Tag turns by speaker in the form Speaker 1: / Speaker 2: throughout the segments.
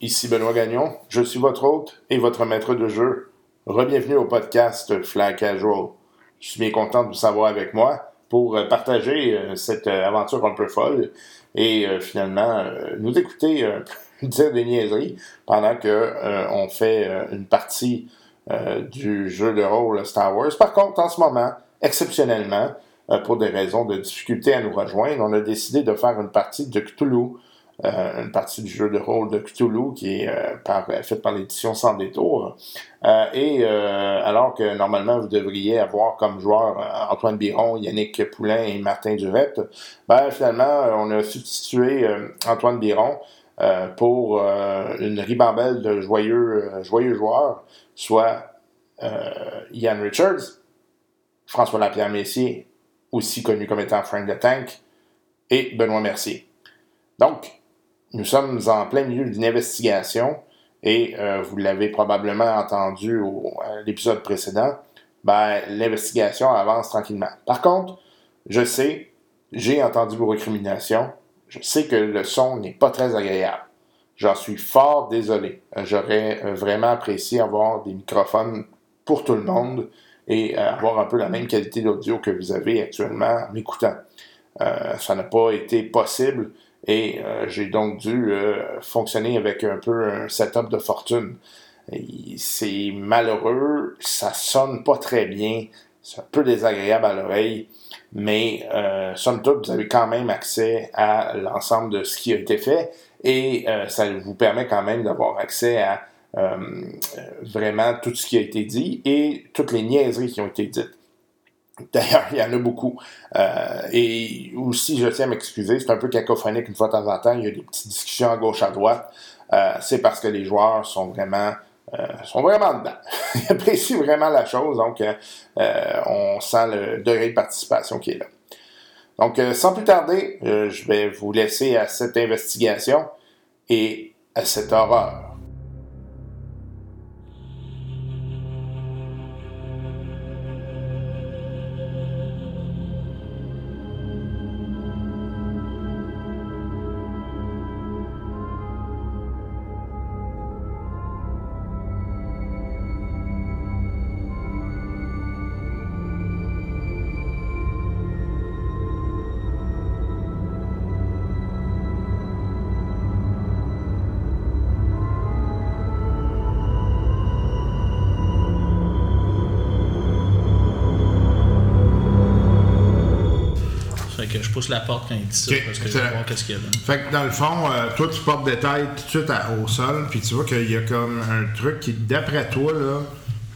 Speaker 1: Ici Benoît Gagnon, je suis votre hôte et votre maître de jeu. Rebienvenue au podcast Flag Casual. Je suis bien content de vous savoir avec moi pour euh, partager euh, cette euh, aventure un peu folle et euh, finalement nous écouter euh, dire des niaiseries pendant que euh, on fait une partie euh, du jeu de rôle Star Wars. Par contre, en ce moment, exceptionnellement, euh, pour des raisons de difficulté à nous rejoindre, on a décidé de faire une partie de Cthulhu. Euh, une partie du jeu de rôle de Cthulhu qui est euh, par, faite par l'édition sans détour. Euh, et alors que normalement vous devriez avoir comme joueurs Antoine Biron, Yannick Poulain et Martin Durette, ben, finalement on a substitué euh, Antoine Biron euh, pour euh, une ribambelle de joyeux, euh, joyeux joueurs, soit euh, Ian Richards, François Lapierre Messier, aussi connu comme étant Frank the Tank, et Benoît Mercier. Donc, nous sommes en plein milieu d'une investigation et euh, vous l'avez probablement entendu au, à l'épisode précédent, ben, l'investigation avance tranquillement. Par contre, je sais, j'ai entendu vos récriminations, je sais que le son n'est pas très agréable. J'en suis fort désolé. Euh, J'aurais vraiment apprécié avoir des microphones pour tout le monde et euh, avoir un peu la même qualité d'audio que vous avez actuellement en m'écoutant. Euh, ça n'a pas été possible et euh, j'ai donc dû euh, fonctionner avec un peu un setup de fortune. Et c'est malheureux, ça sonne pas très bien, c'est un peu désagréable à l'oreille, mais euh, somme toute, vous avez quand même accès à l'ensemble de ce qui a été fait et euh, ça vous permet quand même d'avoir accès à euh, vraiment tout ce qui a été dit et toutes les niaiseries qui ont été dites. D'ailleurs, il y en a beaucoup. Euh, et aussi, je tiens à m'excuser, c'est un peu cacophonique une fois de temps en temps. Il y a des petites discussions à gauche à droite. Euh, c'est parce que les joueurs sont vraiment euh, sont vraiment dedans. Ils apprécient vraiment la chose, donc euh, on sent le degré de participation qui est là. Donc, euh, sans plus tarder, euh, je vais vous laisser à cette investigation et à cette horreur.
Speaker 2: pousse la porte quand il dit ça okay. parce que je veux voir qu'est-ce qu'il y a là.
Speaker 3: Fait que dans le fond, euh, toi tu portes des têtes tout de suite à, au sol, puis tu vois qu'il y a comme un truc qui, d'après toi, là,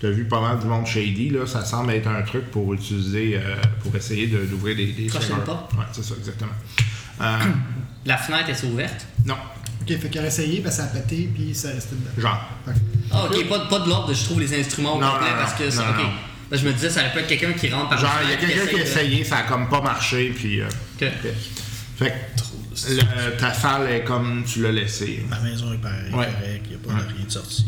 Speaker 3: t'as vu pas mal du monde shady, là, ça semble être un truc pour utiliser, euh, pour essayer de, d'ouvrir des, des
Speaker 4: Crosser une porte?
Speaker 3: Ouais, c'est ça, exactement.
Speaker 4: Euh, la fenêtre est ouverte?
Speaker 3: Non.
Speaker 5: Ok, fait qu'il a essayé, ben ça a pété, puis ça restait dedans.
Speaker 3: Genre.
Speaker 4: Okay. Ah, ok, pas, pas de l'ordre, je trouve les instruments au
Speaker 3: non,
Speaker 4: complet
Speaker 3: non, non,
Speaker 4: parce que c'est.
Speaker 3: non,
Speaker 4: ok.
Speaker 3: non.
Speaker 4: Ben, je me disais, ça aurait pu être quelqu'un qui rentre par
Speaker 3: Genre,
Speaker 4: la
Speaker 3: il y a
Speaker 4: fenêtre,
Speaker 3: quelqu'un qui a
Speaker 4: essaye de-
Speaker 3: essayé, ça a comme pas marché, puis. euh,
Speaker 4: Ok.
Speaker 3: Fait que le- ta salle est comme tu l'as laissée.
Speaker 2: La maison est pareille,
Speaker 3: Ouais.
Speaker 2: correcte, il n'y a pas de rien de sorti.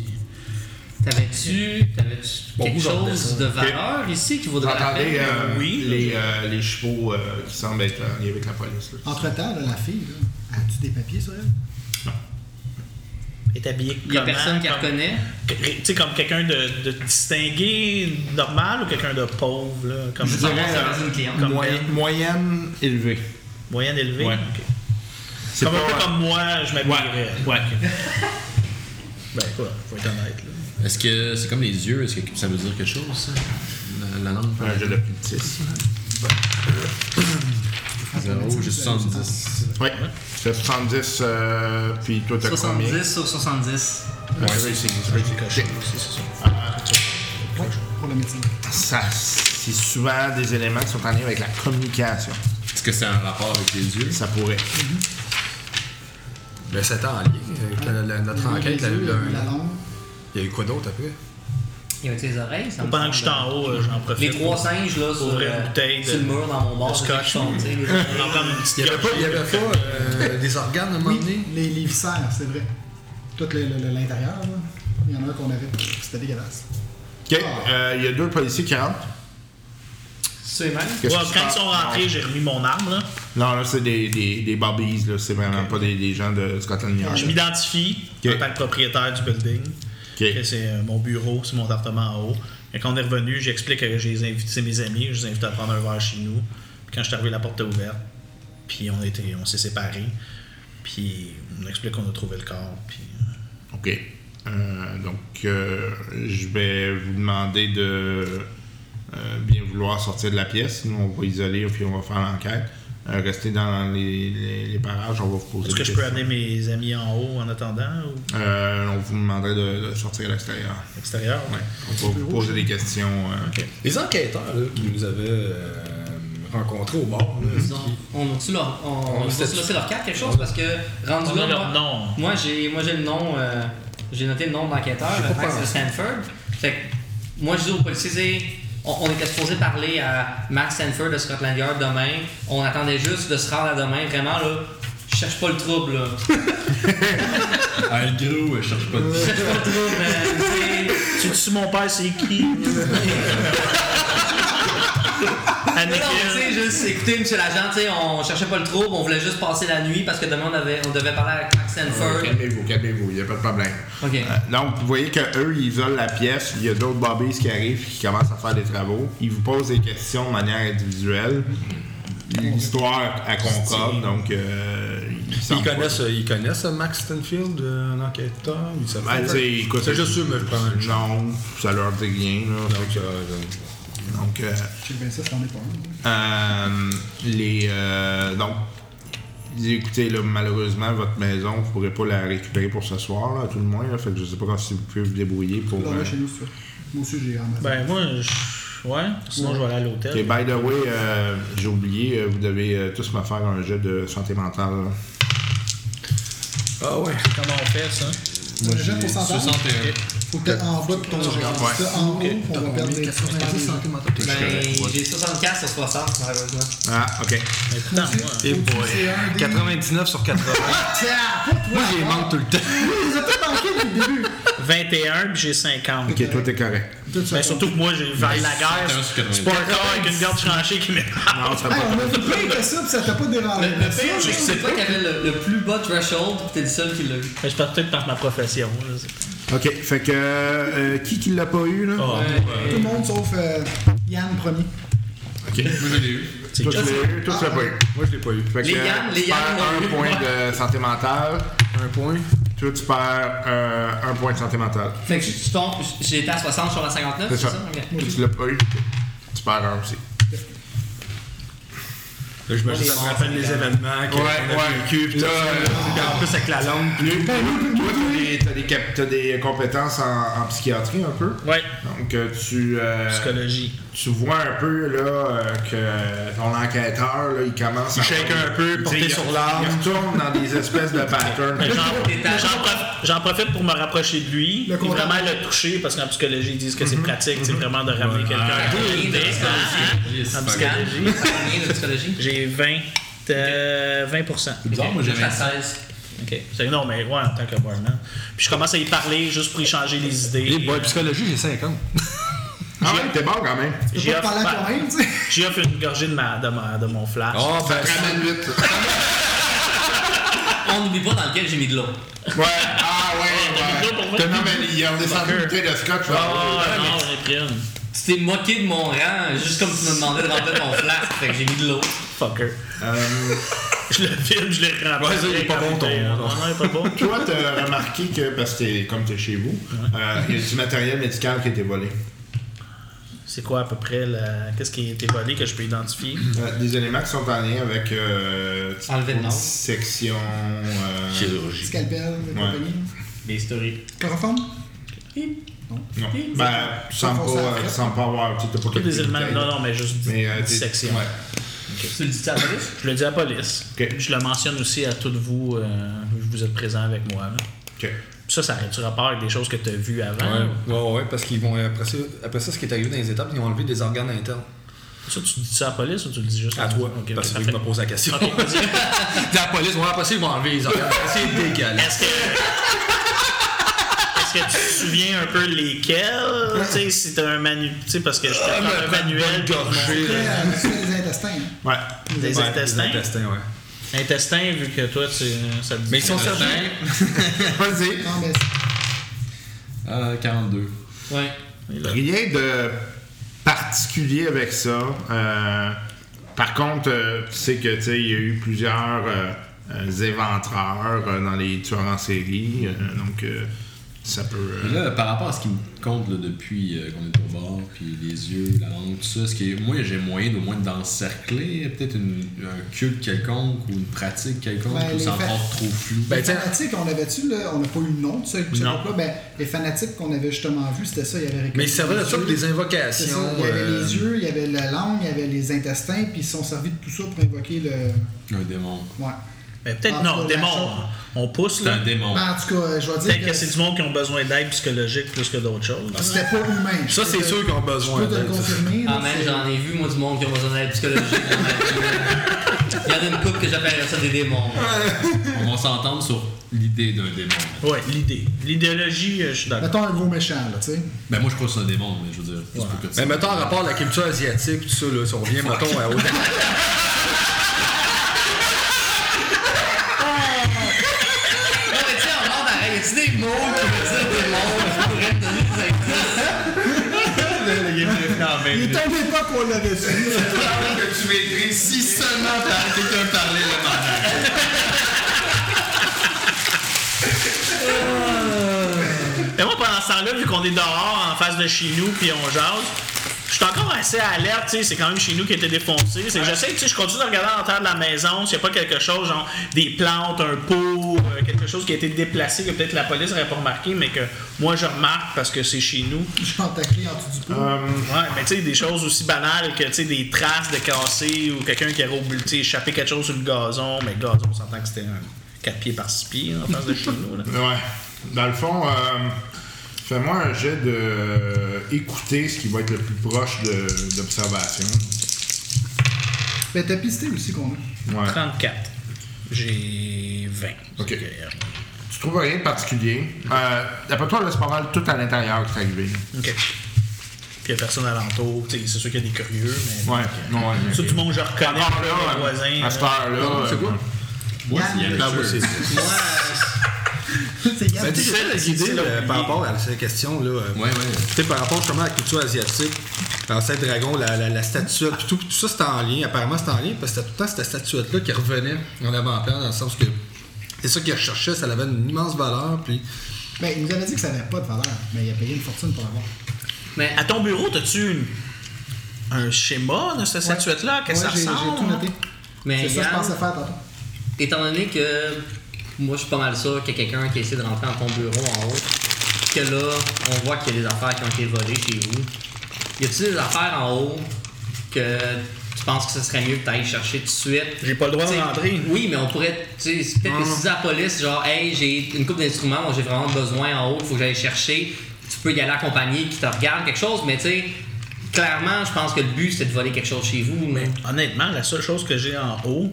Speaker 4: T'avais-tu t'avais-tu
Speaker 2: Bon,
Speaker 4: quelque
Speaker 2: vous sortez
Speaker 4: chose
Speaker 2: ça.
Speaker 4: de valeur ici qui
Speaker 3: Vous
Speaker 4: vaudrait la
Speaker 3: entendez
Speaker 4: peine?
Speaker 3: euh,
Speaker 2: oui.
Speaker 3: les, euh, les chevaux euh, qui semblent être en lien avec la police. là.
Speaker 5: Entre-temps, là, la fille, là, as-tu des papiers sur elle?
Speaker 2: Est habillé
Speaker 4: Il y a
Speaker 2: comment,
Speaker 4: personne qui la
Speaker 2: comme-
Speaker 4: reconnaît.
Speaker 2: que- Tu sais, comme quelqu'un de, de distingué, normal ou quelqu'un de pauvre, là, comme
Speaker 3: Je
Speaker 4: Par
Speaker 3: dirais,
Speaker 4: contre,
Speaker 3: euh,
Speaker 4: c'est une cliente.
Speaker 2: comme
Speaker 3: Moyen- moyenne élevée.
Speaker 2: moyenne élevée.
Speaker 3: Ouais.
Speaker 2: Ok.
Speaker 3: C'est
Speaker 2: Comme un
Speaker 3: pas,
Speaker 2: peu
Speaker 3: euh,
Speaker 2: comme moi, je m'habillerais.
Speaker 6: Ouais.
Speaker 2: Ben, quoi, faut être honnête. Là.
Speaker 6: Est-ce que c'est comme les yeux, est-ce que ça veut dire quelque chose, ça? La, la langue, par
Speaker 3: un jeu
Speaker 6: exemple?
Speaker 3: de politisme.
Speaker 5: Euh, oh,
Speaker 6: Zéro, j'ai 70.
Speaker 3: Oui, c'est 70, euh, puis toi, t'as combien?
Speaker 4: 70 sur 70.
Speaker 3: Ouais, c'est- c'est-
Speaker 2: J'ai coché,
Speaker 3: c'est-
Speaker 2: c'est ça.
Speaker 5: Ouais, pour le médecin.
Speaker 3: ça, c'est souvent des éléments qui sont en lien avec la communication.
Speaker 6: Est-ce que c'est un rapport avec les yeux?
Speaker 3: Ça pourrait.
Speaker 7: Ben, c'était en lien avec la- la- notre
Speaker 5: Il y a eu
Speaker 7: enquête.
Speaker 5: les
Speaker 7: La,
Speaker 5: yeux,
Speaker 7: la-
Speaker 5: la langue.
Speaker 7: il y a eu quoi d'autre après?
Speaker 4: Il y a tes oreilles, ça me
Speaker 2: Pendant que je suis
Speaker 4: semble.
Speaker 2: en haut, euh, j'en
Speaker 4: Les
Speaker 2: profite.
Speaker 4: trois singes, là, sur,
Speaker 2: Ouvrir une
Speaker 4: euh,
Speaker 2: bouteille
Speaker 4: sur
Speaker 2: de-
Speaker 4: le mur dans mon bar,
Speaker 2: de
Speaker 4: c'est
Speaker 2: scotch.
Speaker 4: qu'ils sont, tu sais, les
Speaker 2: On en prend une petite
Speaker 7: Il n'y avait pas, il y avait pas euh, des organes à un moment donné?
Speaker 5: Oui, les, les viscères, c'est vrai. Tout le- le- le- l'intérieur, là. Il y en a un qu'on avait. C'était dégueulasse.
Speaker 3: OK,
Speaker 2: Ah.
Speaker 3: euh, il y a deux policiers qui rentrent.
Speaker 4: C'est même.
Speaker 3: Qu'est-ce
Speaker 2: Ouais,
Speaker 3: qui se
Speaker 2: quand ils
Speaker 3: passe?
Speaker 2: sont rentrés, j'ai remis mon arme, là.
Speaker 1: Non, là, c'est des, des, des Barbies, là. C'est vraiment pas des, des gens de Scotland Yard.
Speaker 2: Je m'identifie
Speaker 1: Ah, Ok.
Speaker 2: en tant que propriétaire du building.
Speaker 1: Ok.
Speaker 2: Que C'est euh, mon bureau, c'est mon appartement en haut. Et quand on est revenu, j'explique que j'ai invité c'est mes amis, je les invite à prendre un verre chez nous. Puis quand je suis arrivé, la porte était ouverte. Puis on, était- on s'est séparés. Puis on explique qu'on a trouvé le corps. Puis euh,
Speaker 1: OK. Euh, donc, euh, je vais vous demander de euh, bien vouloir sortir de la pièce. Nous, on va isoler puis on va faire l'enquête. Euh, restez dans les, les- les parages, on va vous poser
Speaker 2: est-ce
Speaker 1: des
Speaker 2: que je peux
Speaker 1: questions.
Speaker 2: amener mes amis en haut en attendant ou
Speaker 1: Euh, on vous demanderait de, de sortir à l'extérieur.
Speaker 2: à l'extérieur?
Speaker 1: Ouais. On va vous poser des questions. euh,
Speaker 8: Les enquêteurs là, qui nous avaient euh, rencontrés au bar, là,
Speaker 4: Ils ont- On a-tu leur. On, on va-tu
Speaker 8: s'est-
Speaker 4: laisser leur carte quelque chose parce que rendu
Speaker 2: On
Speaker 4: là.
Speaker 2: a leur
Speaker 4: moi-
Speaker 2: nom.
Speaker 4: Moi j'ai moi j'ai le nom. euh, j'ai noté le nom de l'enquêteur,
Speaker 8: J'ai pas
Speaker 4: Max
Speaker 8: peur.
Speaker 4: de Sanford. Fait que moi je dis aux policiers c'est- on, on était supposé parler à Max Sanford de Scotland Yard demain. On attendait juste de se rendre à demain. Vraiment là, je cherche pas le trouble là.
Speaker 9: Ah, le gros, euh, je cherche pas de
Speaker 4: Je cherche pas le trouble, man. Tu
Speaker 2: Tu
Speaker 4: sais,
Speaker 2: dis mon père, c'est qui?
Speaker 4: Mais
Speaker 2: Anakin.
Speaker 4: non, tu sais, juste, écoutez, monsieur l'agent, tu sais, on cherchait pas le trouble, on voulait juste passer la nuit parce que demain on, avait, on devait parler à Max Sanford.
Speaker 1: Calmez-vous, calmez-vous, il n'y a pas de problème.
Speaker 4: Ok.
Speaker 1: Euh, donc, vous voyez que eux, ils isolent la pièce. Il y a d'autres Barbies qui arrivent qui commencent à faire des travaux. Ils vous posent des questions de manière individuelle. L'histoire à concorde, donc euh, ils
Speaker 8: Ils
Speaker 1: semblent pas-
Speaker 8: connaissent, ils connaissent euh, Max Stanfield, euh, un enquêteur Ils savent
Speaker 1: Ben, tu sais, écoute,
Speaker 8: C'est juste eux, mais je prends un chat.
Speaker 1: Non, ça leur dit rien. Là.
Speaker 8: Donc, euh, je-
Speaker 1: Donc, euh,
Speaker 5: Je sais bien ça, c'en est pas un.
Speaker 1: euh, les, euh, donc, ils disent, écoutez, là, malheureusement, votre maison, vous ne pourrez pas la récupérer pour ce soir, là, à tout le moins. Là, fait que je ne sais pas si vous pouvez vous débrouiller pour.
Speaker 5: Là,
Speaker 1: euh,
Speaker 5: là, chez nous, c'est ça. Moi aussi, j'ai ramassé.
Speaker 2: Ben moi, je... ouais, sinon je vais aller à l'hôtel.
Speaker 1: Et by the way, euh, j'ai oublié, euh, vous devez euh, tous me faire un jet de santé mentale. là.
Speaker 8: Ah ouais.
Speaker 2: Comment on fait ça?
Speaker 5: Moi, j'ai un pourcentage.
Speaker 9: 61.
Speaker 5: Faut que t'aies en bas de ton. Si t'as en haut, on va perdre des
Speaker 8: 90 santé mentale.
Speaker 4: Ben, j'ai 75 sur 60, malheureusement.
Speaker 1: Ah, ok.
Speaker 2: Mais pourtant, moi,
Speaker 8: Et boy.
Speaker 5: C'est un des-
Speaker 8: 99 sur 80. Moi, j'ai manque tout le temps.
Speaker 5: début.
Speaker 2: 21 puis j'ai 50.
Speaker 1: Ok, toi t'es correct.
Speaker 5: Tout ça.
Speaker 2: Ben surtout que moi, j'ai vers la guerre. C'est pas un corps avec une garde tranchée qui met.
Speaker 4: Ah,
Speaker 1: Non, ça va
Speaker 5: Hey,
Speaker 1: pas.
Speaker 5: on a vu pire que ça, pis ça t'a pas dérangé.
Speaker 4: Je sais pas qu'il y avait le, le plus bas threshold, pis t'es le seul qui l'a eu.
Speaker 2: Ben, je passe peut-être par ma profession. là, c'est-
Speaker 1: Ok, fait que euh, qui qui l'a pas eu là
Speaker 4: Oh,
Speaker 2: Ah,
Speaker 5: Tout le monde sauf euh, Yann premier.
Speaker 1: Ok.
Speaker 9: Moi, je l'ai eu.
Speaker 2: c'est
Speaker 1: Toi tu
Speaker 2: juste-
Speaker 1: l'as eu, toi tu l'as pas eu.
Speaker 8: Moi, je l'ai pas eu.
Speaker 1: Fait que
Speaker 4: Les
Speaker 1: euh,
Speaker 4: Yann-
Speaker 1: tu
Speaker 4: les Yann
Speaker 1: perds un
Speaker 4: l'ont eu.
Speaker 1: point de santé mentale,
Speaker 8: Un point.
Speaker 1: toi tu perds euh, un point de santé mentale.
Speaker 4: Fait que tu tombes, j'étais à 60 sur la 59,
Speaker 1: C'est
Speaker 4: c'est ça?
Speaker 1: ça.
Speaker 4: Ok.
Speaker 1: Toi tu l'as pas eu, tu perds un aussi.
Speaker 8: Là, je me
Speaker 4: les morts,
Speaker 8: rappelle les événements qu'on
Speaker 1: Ouais,
Speaker 8: a
Speaker 1: ouais.
Speaker 8: vécu. puis
Speaker 1: Là,
Speaker 8: tout ça,
Speaker 1: euh,
Speaker 4: Ah.
Speaker 8: puis En plus, avec la langue. puis-
Speaker 1: Toi t'as des, t'as des, cap- t'as des compétences en, en psychiatrie un peu.
Speaker 2: Ouais,
Speaker 1: Donc euh, tu. euh,
Speaker 2: psychologie.
Speaker 1: tu vois un peu là euh, que ton enquêteur là, il commence
Speaker 8: Il shake un peu,
Speaker 1: Il-
Speaker 8: porté
Speaker 1: il-
Speaker 8: sur l'arme.
Speaker 1: Il retourne dans des espèces de patterns.
Speaker 2: Ben, J'en
Speaker 4: T'es à-
Speaker 2: j'en prof- j'en profite pour me rapprocher de lui.
Speaker 5: Le
Speaker 2: et
Speaker 5: contact.
Speaker 2: vraiment le toucher parce qu'en psychologie, ils disent que c'est pratique, c'est vraiment de ramener quelqu'un.
Speaker 4: Ah, oui,
Speaker 2: Des-
Speaker 4: de psychologie.
Speaker 2: Ah, ah, En
Speaker 4: Yann,
Speaker 2: psychologie.
Speaker 4: ça va bien de psychologie.
Speaker 2: J'ai 20, euh, 20%.
Speaker 9: Bizarre, moi, j'ai
Speaker 4: Je suis à
Speaker 9: 20.
Speaker 4: 16.
Speaker 2: Ok. C'est- Non, mais ouais, en tant que barman. Puis je commence à y parler juste pour échanger des idées.
Speaker 8: Les boys, psychologie, j'ai 50.
Speaker 1: Ah ouais, t'es bon quand même.
Speaker 5: Tu
Speaker 2: J'y
Speaker 5: peux pas te
Speaker 2: offre,
Speaker 5: parler à
Speaker 2: ben,
Speaker 5: toi-même, tu sais.
Speaker 2: j'y offre une gorgée de, ma, de, ma- de mon flash.
Speaker 4: Oh,
Speaker 8: Ah, ben,
Speaker 1: Ramène vite.
Speaker 4: On n'oublie pas dans lequel j'ai mis de l'eau.
Speaker 1: Ouais. Ah
Speaker 2: T'as mis de l'eau pour
Speaker 1: ouais.
Speaker 2: vrai?
Speaker 1: ouais. Non mais il a redescendu une bouteille de scotch. là.
Speaker 2: Ah, non, j'ai pris une.
Speaker 4: Tu t'es moqué de mon rang, juste comme tu me demandais de remplir ton flasque, fait que j'ai mis de l'eau.
Speaker 2: Fucker.
Speaker 1: Euh,
Speaker 2: Je le filme, je le remplis.
Speaker 8: Ouais, ça, il est pas bon, ton-
Speaker 2: Non, non, il est pas bon.
Speaker 1: Toi, t'as remarqué que, parce que t'es- comme t'es chez vous, euh, il y a du matériel médical qui a été volé.
Speaker 2: C'est quoi à peu près la... Qu'est-ce qui a été volé que je peux identifier?
Speaker 1: Euh, des éléments qui sont en lien avec euh,
Speaker 4: Enlever le nom.
Speaker 1: section. euh,
Speaker 9: Chirurgie.
Speaker 5: Scalpel, et compagnie.
Speaker 2: Des stories.
Speaker 5: Chloroforme?
Speaker 1: non. Ben, tu sembles
Speaker 5: Ça,
Speaker 1: pas,
Speaker 5: ça,
Speaker 1: tu
Speaker 5: ça.
Speaker 1: sembles pas avoir. Tu t'as pas
Speaker 2: Pas des
Speaker 1: quelques
Speaker 2: éléments...
Speaker 1: bouteilles.
Speaker 2: Non, non, mais juste
Speaker 1: Mais, euh,
Speaker 2: une
Speaker 1: t'es-
Speaker 2: section.
Speaker 1: ouais.
Speaker 4: Tu le dis à la police?
Speaker 2: Je le dis à la police.
Speaker 1: Ok.
Speaker 2: Je le mentionne aussi à toutes vous. euh, vous êtes présents avec moi. là.
Speaker 1: Ok.
Speaker 2: Ça, ça aurait-tu rapport avec des choses que t'as vues avant?
Speaker 8: Ouais, ouais, ouais, parce qu'ils vont après ça, après ça, ce qui est arrivé dans les étapes, ils ont enlevé des organes internes.
Speaker 2: Ça, tu dis ça à la police ou tu le dis juste
Speaker 8: À toi,
Speaker 2: Ok,
Speaker 8: parce que
Speaker 2: parfait.
Speaker 8: je me pose la question.
Speaker 2: Ok, vas-y.
Speaker 8: la police, ouais, après ça, ils vont enlever les organes. C'est dégueulasse.
Speaker 2: Est-ce que. Est-ce que tu souviens un peu lesquels, tu sais, si t'as un manuel, tu sais, parce que j'étais
Speaker 8: Ah,
Speaker 2: dans
Speaker 8: mais
Speaker 2: un manuel, puis
Speaker 8: gorgée,
Speaker 2: mon-
Speaker 8: là.
Speaker 5: Euh, C'est les intestins. hein.
Speaker 1: Ouais.
Speaker 2: des
Speaker 8: Ouais,
Speaker 2: intestins.
Speaker 8: Des intestins, ouais.
Speaker 2: Intestin, vu que toi, tu, ça te dit
Speaker 8: Mais ils sont
Speaker 2: intestin.
Speaker 8: servis.
Speaker 1: Vas-y.
Speaker 5: Non, mais
Speaker 6: Ah, 42.
Speaker 4: Ouais.
Speaker 1: Rien de particulier avec ça. Euh, par contre, euh, tu sais que tu sais, il y a eu plusieurs euh, euh, éventreurs euh, dans les tueurs en série, euh, donc euh, ça peut. euh,
Speaker 8: Hum.
Speaker 6: Mais là, par rapport à ce qui me compte là, depuis euh, qu'on est au bord, puis les yeux, la langue, tout ça, ce qui est- moi j'ai moyen d'au moins d'encercler peut-être une- un culte quelconque ou une pratique quelconque
Speaker 5: Ouais,
Speaker 6: ou
Speaker 5: les
Speaker 6: c'est
Speaker 5: faits.
Speaker 6: encore trop flou.
Speaker 8: Ben,
Speaker 5: les fanatiques, on avait-tu, là, on n'a pas eu le nom de ce ce
Speaker 1: Non.
Speaker 5: groupe-là, ben, les fanatiques qu'on avait justement vu, c'était ça, il y avait
Speaker 8: Mais ils servaient de ça pour des
Speaker 5: C'est
Speaker 8: invocations.
Speaker 5: ça, il y avait
Speaker 8: euh,
Speaker 5: les yeux, il y avait la langue, il y avait les intestins, puis ils se sont servis de tout ça pour invoquer le.
Speaker 6: un démon.
Speaker 5: Ouais.
Speaker 2: Mais Ben, peut-être
Speaker 5: En tout
Speaker 2: non,
Speaker 5: cas, la
Speaker 2: démon.
Speaker 5: chose-
Speaker 2: On pousse
Speaker 6: C'est
Speaker 2: là.
Speaker 6: un démon.
Speaker 5: Ben, en tout cas, je vais
Speaker 2: Peut-être
Speaker 5: dire
Speaker 2: que c'est du monde qui ont besoin d'aide psychologique plus que d'autres choses.
Speaker 5: c'était pas humain.
Speaker 8: Ça, c'est sûr qu'ils ont
Speaker 5: Je
Speaker 8: besoin
Speaker 5: peux te le
Speaker 8: d'aide.
Speaker 5: confirmer.
Speaker 4: Ah,
Speaker 5: là,
Speaker 4: même,
Speaker 5: c'est-
Speaker 4: j'en ai vu, moi, du monde qui ont besoin d'aide psychologique. Il y en a une couple que j'appellerais ça des démons.
Speaker 6: On va s'entendre sur l'idée d'un démon.
Speaker 8: Ah.
Speaker 2: Ouais, l'idée. L'idéologie, euh, je suis d'accord.
Speaker 5: Mettons un gros méchant, là, tu sais.
Speaker 6: Ben moi je pense que c'est un démon, mais je veux dire, juste pour que tu-
Speaker 8: Mais mettons, en rapport à la culture asiatique, tout ça, là, si on revient, mettons, à- au
Speaker 4: Non, mais tu sais, on demande à y a-tu des mots qui veulent dire des mots qui pourraient te donner des indices?
Speaker 5: Il est tombé pas qu'on l'avait su.
Speaker 6: que tu maîtrises si seulement par quelqu'un parlait le manège.
Speaker 2: Mais moi, pendant ce temps-là, vu qu'on est dehors, en face de chez nous, puis on jase, je suis encore assez alerte, tu sais, c'est quand même chez nous qui était défoncé. C'est que j'essaie, tu sais, je continue de regarder à l'intérieur de la maison s'il n'y a pas quelque chose, genre des plantes, un pot, euh, quelque chose qui a été déplacé, que peut-être la police n'aurait pas remarqué, mais que moi je remarque parce que c'est chez nous.
Speaker 5: Je suis en taclé en dessous du pot.
Speaker 2: Ouais, mais tu sais, des choses aussi banales que, tu sais, des traces de cassé ou quelqu'un qui aurait oublié, tu sais, échappé quelque chose sur le gazon. Mais le gazon, on s'entend que c'était un 4 pieds par 6 pieds, là, en face de chez nous, là.
Speaker 1: Ouais. Dans le fond, euh, fais-moi un jet de euh, écouter ce qui va être le plus proche de- d'observation.
Speaker 5: Mais Ben, t'as pisté aussi qu'on a.
Speaker 1: Ouais.
Speaker 2: 34. J'ai 20.
Speaker 1: Ok. Tu trouves rien de particulier. Euh, D'après toi, là, c'est pas mal tout à l'intérieur qui est arrivé.
Speaker 2: OK. Puis il n'y a personne alentour. Tu sais, c'est sûr qu'il y a des curieux, mais.
Speaker 1: Ouais. Non, ouais.
Speaker 2: Surtout du monde que je reconnais,
Speaker 1: Ah,
Speaker 2: mes
Speaker 1: là,
Speaker 2: voisins.
Speaker 1: euh, à cette
Speaker 2: là.
Speaker 1: heure-là.
Speaker 6: C'est
Speaker 1: euh,
Speaker 6: quoi? Moi, c'est
Speaker 5: Yann,
Speaker 6: Yann
Speaker 8: Ah, moi, c'est
Speaker 6: Richard.
Speaker 5: C'est Yann.
Speaker 8: Ben, tu sais, j'essaie de guider
Speaker 2: difficile à
Speaker 8: euh,
Speaker 2: oublier.
Speaker 8: par rapport à cette question, là. euh,
Speaker 6: Ouais, ouais.
Speaker 8: Tu sais, par rapport justement à la culture asiatique, l'ancêtre dragon, la, la, la statuette, puis tout, tout ça, c'était en lien. Apparemment, c'était en lien parce que c'était tout le temps cette statuette-là qui revenait en avant-plan, dans le sens que c'est ça qu'ils recherchaient, ça avait une immense valeur, puis
Speaker 5: Ben, il nous avait dit que ça n'avait pas de valeur, mais il a payé une fortune pour l'avoir.
Speaker 4: Mais
Speaker 2: À ton bureau, as-tu une- un schéma de cette statuette-là? À Qu'est-ce que
Speaker 5: Ouais, j'ai-
Speaker 2: ça ressemble?
Speaker 5: J'ai tout noté.
Speaker 4: Mais
Speaker 5: C'est ça que je
Speaker 4: Yann-
Speaker 5: pensais faire tantôt.
Speaker 4: étant donné que moi je suis pas mal sûr qu'il y a quelqu'un qui essaie de rentrer dans ton bureau en haut, que là on voit qu'il y a des affaires qui ont été volées chez vous, y a-t-il des affaires en haut que tu penses que ce serait mieux que tu ailles chercher tout de suite?
Speaker 2: J'ai pas le droit de
Speaker 4: T'sais,
Speaker 2: rentrer.
Speaker 4: Oui, mais on pourrait, tu sais, c'est peut-être que si la police, genre, hey, j'ai une coupe d'instruments dont j'ai vraiment besoin en haut, faut que j'aille chercher, tu peux y aller accompagner, qui te regarde, quelque chose, mais tu sais, clairement, je pense que le but c'est de voler quelque chose chez vous, mais.
Speaker 2: Honnêtement, la seule chose que j'ai en haut,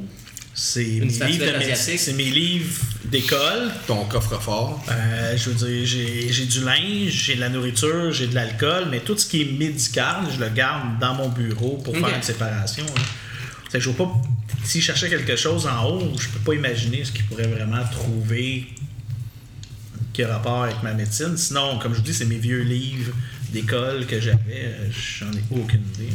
Speaker 2: c'est mes, livres
Speaker 4: statuette
Speaker 2: de médecine-
Speaker 4: asiatique.
Speaker 2: c'est mes livres d'école.
Speaker 8: ton coffre-fort.
Speaker 2: Euh, je veux dire, j'ai j'ai du linge, j'ai de la nourriture, j'ai de l'alcool, mais tout ce qui est médical, je le garde dans mon bureau pour
Speaker 4: Ok.
Speaker 2: faire une séparation. hein. Fait que je vois pas. S'il cherchait quelque chose en haut, je peux pas imaginer ce qu'il pourrait vraiment trouver qui a rapport avec ma médecine. Sinon, comme je vous dis, c'est mes vieux livres d'école que j'avais. euh, J'en ai aucune idée.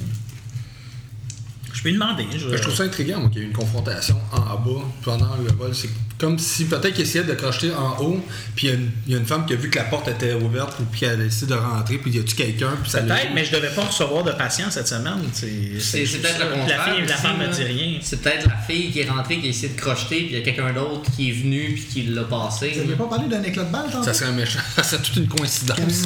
Speaker 2: hein. Je peux lui demander.
Speaker 8: Je trouve ça intriguant, moi, qu'il y ait eu une confrontation en bas pendant le vol. C'est comme si peut-être qu'il essayait de crocheter en haut, puis il y a une- il y, a une femme qui a vu que la porte était ouverte, puis qu'elle a essayé de rentrer, puis il y a-tu quelqu'un, puis ça l'a-
Speaker 2: Peut-être, mais je devais pas recevoir de patient cette semaine. C'est
Speaker 4: C'est c'est peut-être le contraire.
Speaker 2: La fille, la
Speaker 4: aussi,
Speaker 2: femme
Speaker 4: là.
Speaker 2: me dit rien.
Speaker 4: C'est peut-être la fille qui est rentrée, qui a essayé de crocheter, puis il y a quelqu'un d'autre qui est venu, puis qui l'a passé.
Speaker 5: Vous n'aviez pas parlé d'un éclat de balle tantôt?
Speaker 8: Ça serait méchant. Ça serait toute une coïncidence.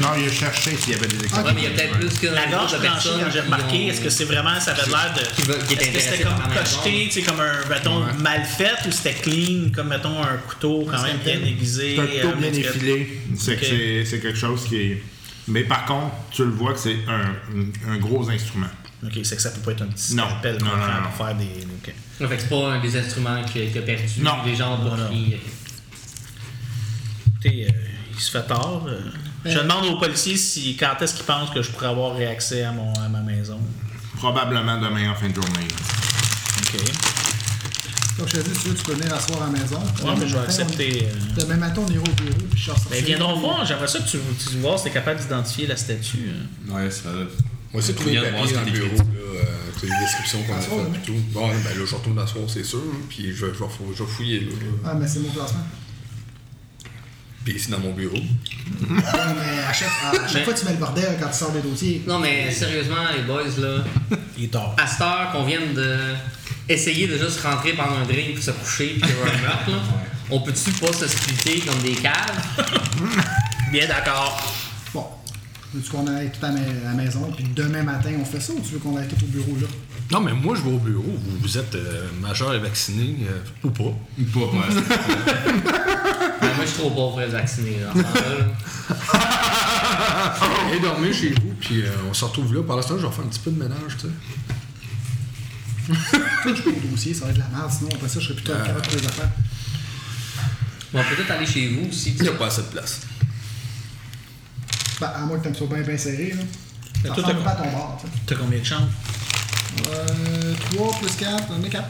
Speaker 1: Non, il a cherché s'il y avait des
Speaker 3: Ah,
Speaker 1: écoles.
Speaker 4: Ouais, mais il y a peut-être plus que
Speaker 2: La gorge hein, tranchée, quand j'ai remarqué, est-ce que c'est vraiment, ça avait l'air de.
Speaker 4: Qui veut- qui
Speaker 2: Est-ce
Speaker 4: est
Speaker 2: que
Speaker 4: intéressé
Speaker 2: c'était
Speaker 4: par
Speaker 2: comme
Speaker 4: la maison.
Speaker 2: cocheté, tu sais, comme un bâton mal fait ou c'était clean, comme mettons un couteau quand même bien aiguisé?
Speaker 1: C'est un couteau
Speaker 2: euh,
Speaker 1: bien
Speaker 2: médical.
Speaker 1: effilé. C'est que
Speaker 2: Ok.
Speaker 1: c'est- c'est quelque chose qui est. Mais par contre, tu le vois que c'est un, un- un gros instrument.
Speaker 2: Ok, c'est que ça peut pas être un petit
Speaker 1: Non.
Speaker 2: appel
Speaker 1: Non,
Speaker 2: qu'on
Speaker 1: non,
Speaker 2: prend
Speaker 1: non.
Speaker 2: pour faire des. ok.
Speaker 4: Fait que c'est pas un des instruments qui, qui a perdu.
Speaker 1: Non.
Speaker 4: Les gens ont
Speaker 2: Non,
Speaker 4: pas
Speaker 2: non.
Speaker 4: pris.
Speaker 2: Écoutez, euh, il se fait tard. euh. Je demande aux policiers si, quand est-ce qu'ils pensent que je pourrais avoir réaccès à, mon, à ma maison.
Speaker 3: Probablement demain en fin de journée.
Speaker 2: OK.
Speaker 5: Comme je te dis, tu veux, tu peux venir asseoir à la maison.
Speaker 2: Ouais, mais je
Speaker 5: Demain
Speaker 2: vais
Speaker 5: matin,
Speaker 2: accepter. euh.
Speaker 5: on- Demain matin, on ira au bureau, puis je sors
Speaker 2: Ben, ils viendront voir. J'aimerais ça que tu, tu vois si t'es capable d'identifier la statue. hein.
Speaker 6: Ouais, ça va.
Speaker 10: Moi aussi, trouvé
Speaker 6: Regarde,
Speaker 10: le
Speaker 6: moi,
Speaker 10: papier
Speaker 6: c'est
Speaker 10: dans le
Speaker 6: des
Speaker 10: bureau, là, euh, toutes les descriptions qu'on a
Speaker 5: soir,
Speaker 2: hein.
Speaker 10: faites et tout. Bon, ben là, je retourne dans ce soir, c'est sûr, hein, puis je vais je vais fou- je vais fouiller, là.
Speaker 5: Ah, mais c'est mon classement.
Speaker 10: Puis c'est dans mon bureau.
Speaker 2: Ah.
Speaker 5: Ouais, mais à chaque, à chaque
Speaker 4: Mais-
Speaker 5: fois, tu mets le bordel quand tu sors des dossiers.
Speaker 4: Non, mais sérieusement, les boys, là,
Speaker 2: Il est tard.
Speaker 4: à cette heure qu'on vient de essayer de juste rentrer pendant un drink puis se coucher puis qu'il y aura un meurtre, là, on peut-tu pas se splitter comme des caves?
Speaker 2: Bien d'accord.
Speaker 5: Bon. Veux-tu qu'on aille tout à ma- à la maison, puis demain matin, on fait ça, ou tu veux qu'on aille tout au bureau, là?
Speaker 8: Non, mais moi, je vais au bureau. Vous, vous êtes euh, majeur et vacciné, euh, ou pas.
Speaker 6: Ou pas, ouais.
Speaker 4: Ben, moi, je suis trop pauvre pour vacciner, là. en ce temps-là, là.
Speaker 8: Allez dormir chez vous, puis euh, on se retrouve là. Par l'instant, je vais faire un petit peu de ménage, tu sais.
Speaker 5: Au dossier, ça va être de la merde, sinon après ça, je serais plutôt capable de les affaires.
Speaker 4: Bon, peut-être aller chez vous aussi.
Speaker 10: Il n'y a pas assez de place.
Speaker 5: Ben, à moins que t'aimes ça bien, bien serré, là. Ça
Speaker 2: toi,
Speaker 5: ressemble pas
Speaker 2: t'as-
Speaker 5: à ton bar, tu sais.
Speaker 2: T'as combien de chambres?
Speaker 5: Euh, 3 plus 4, on est 4.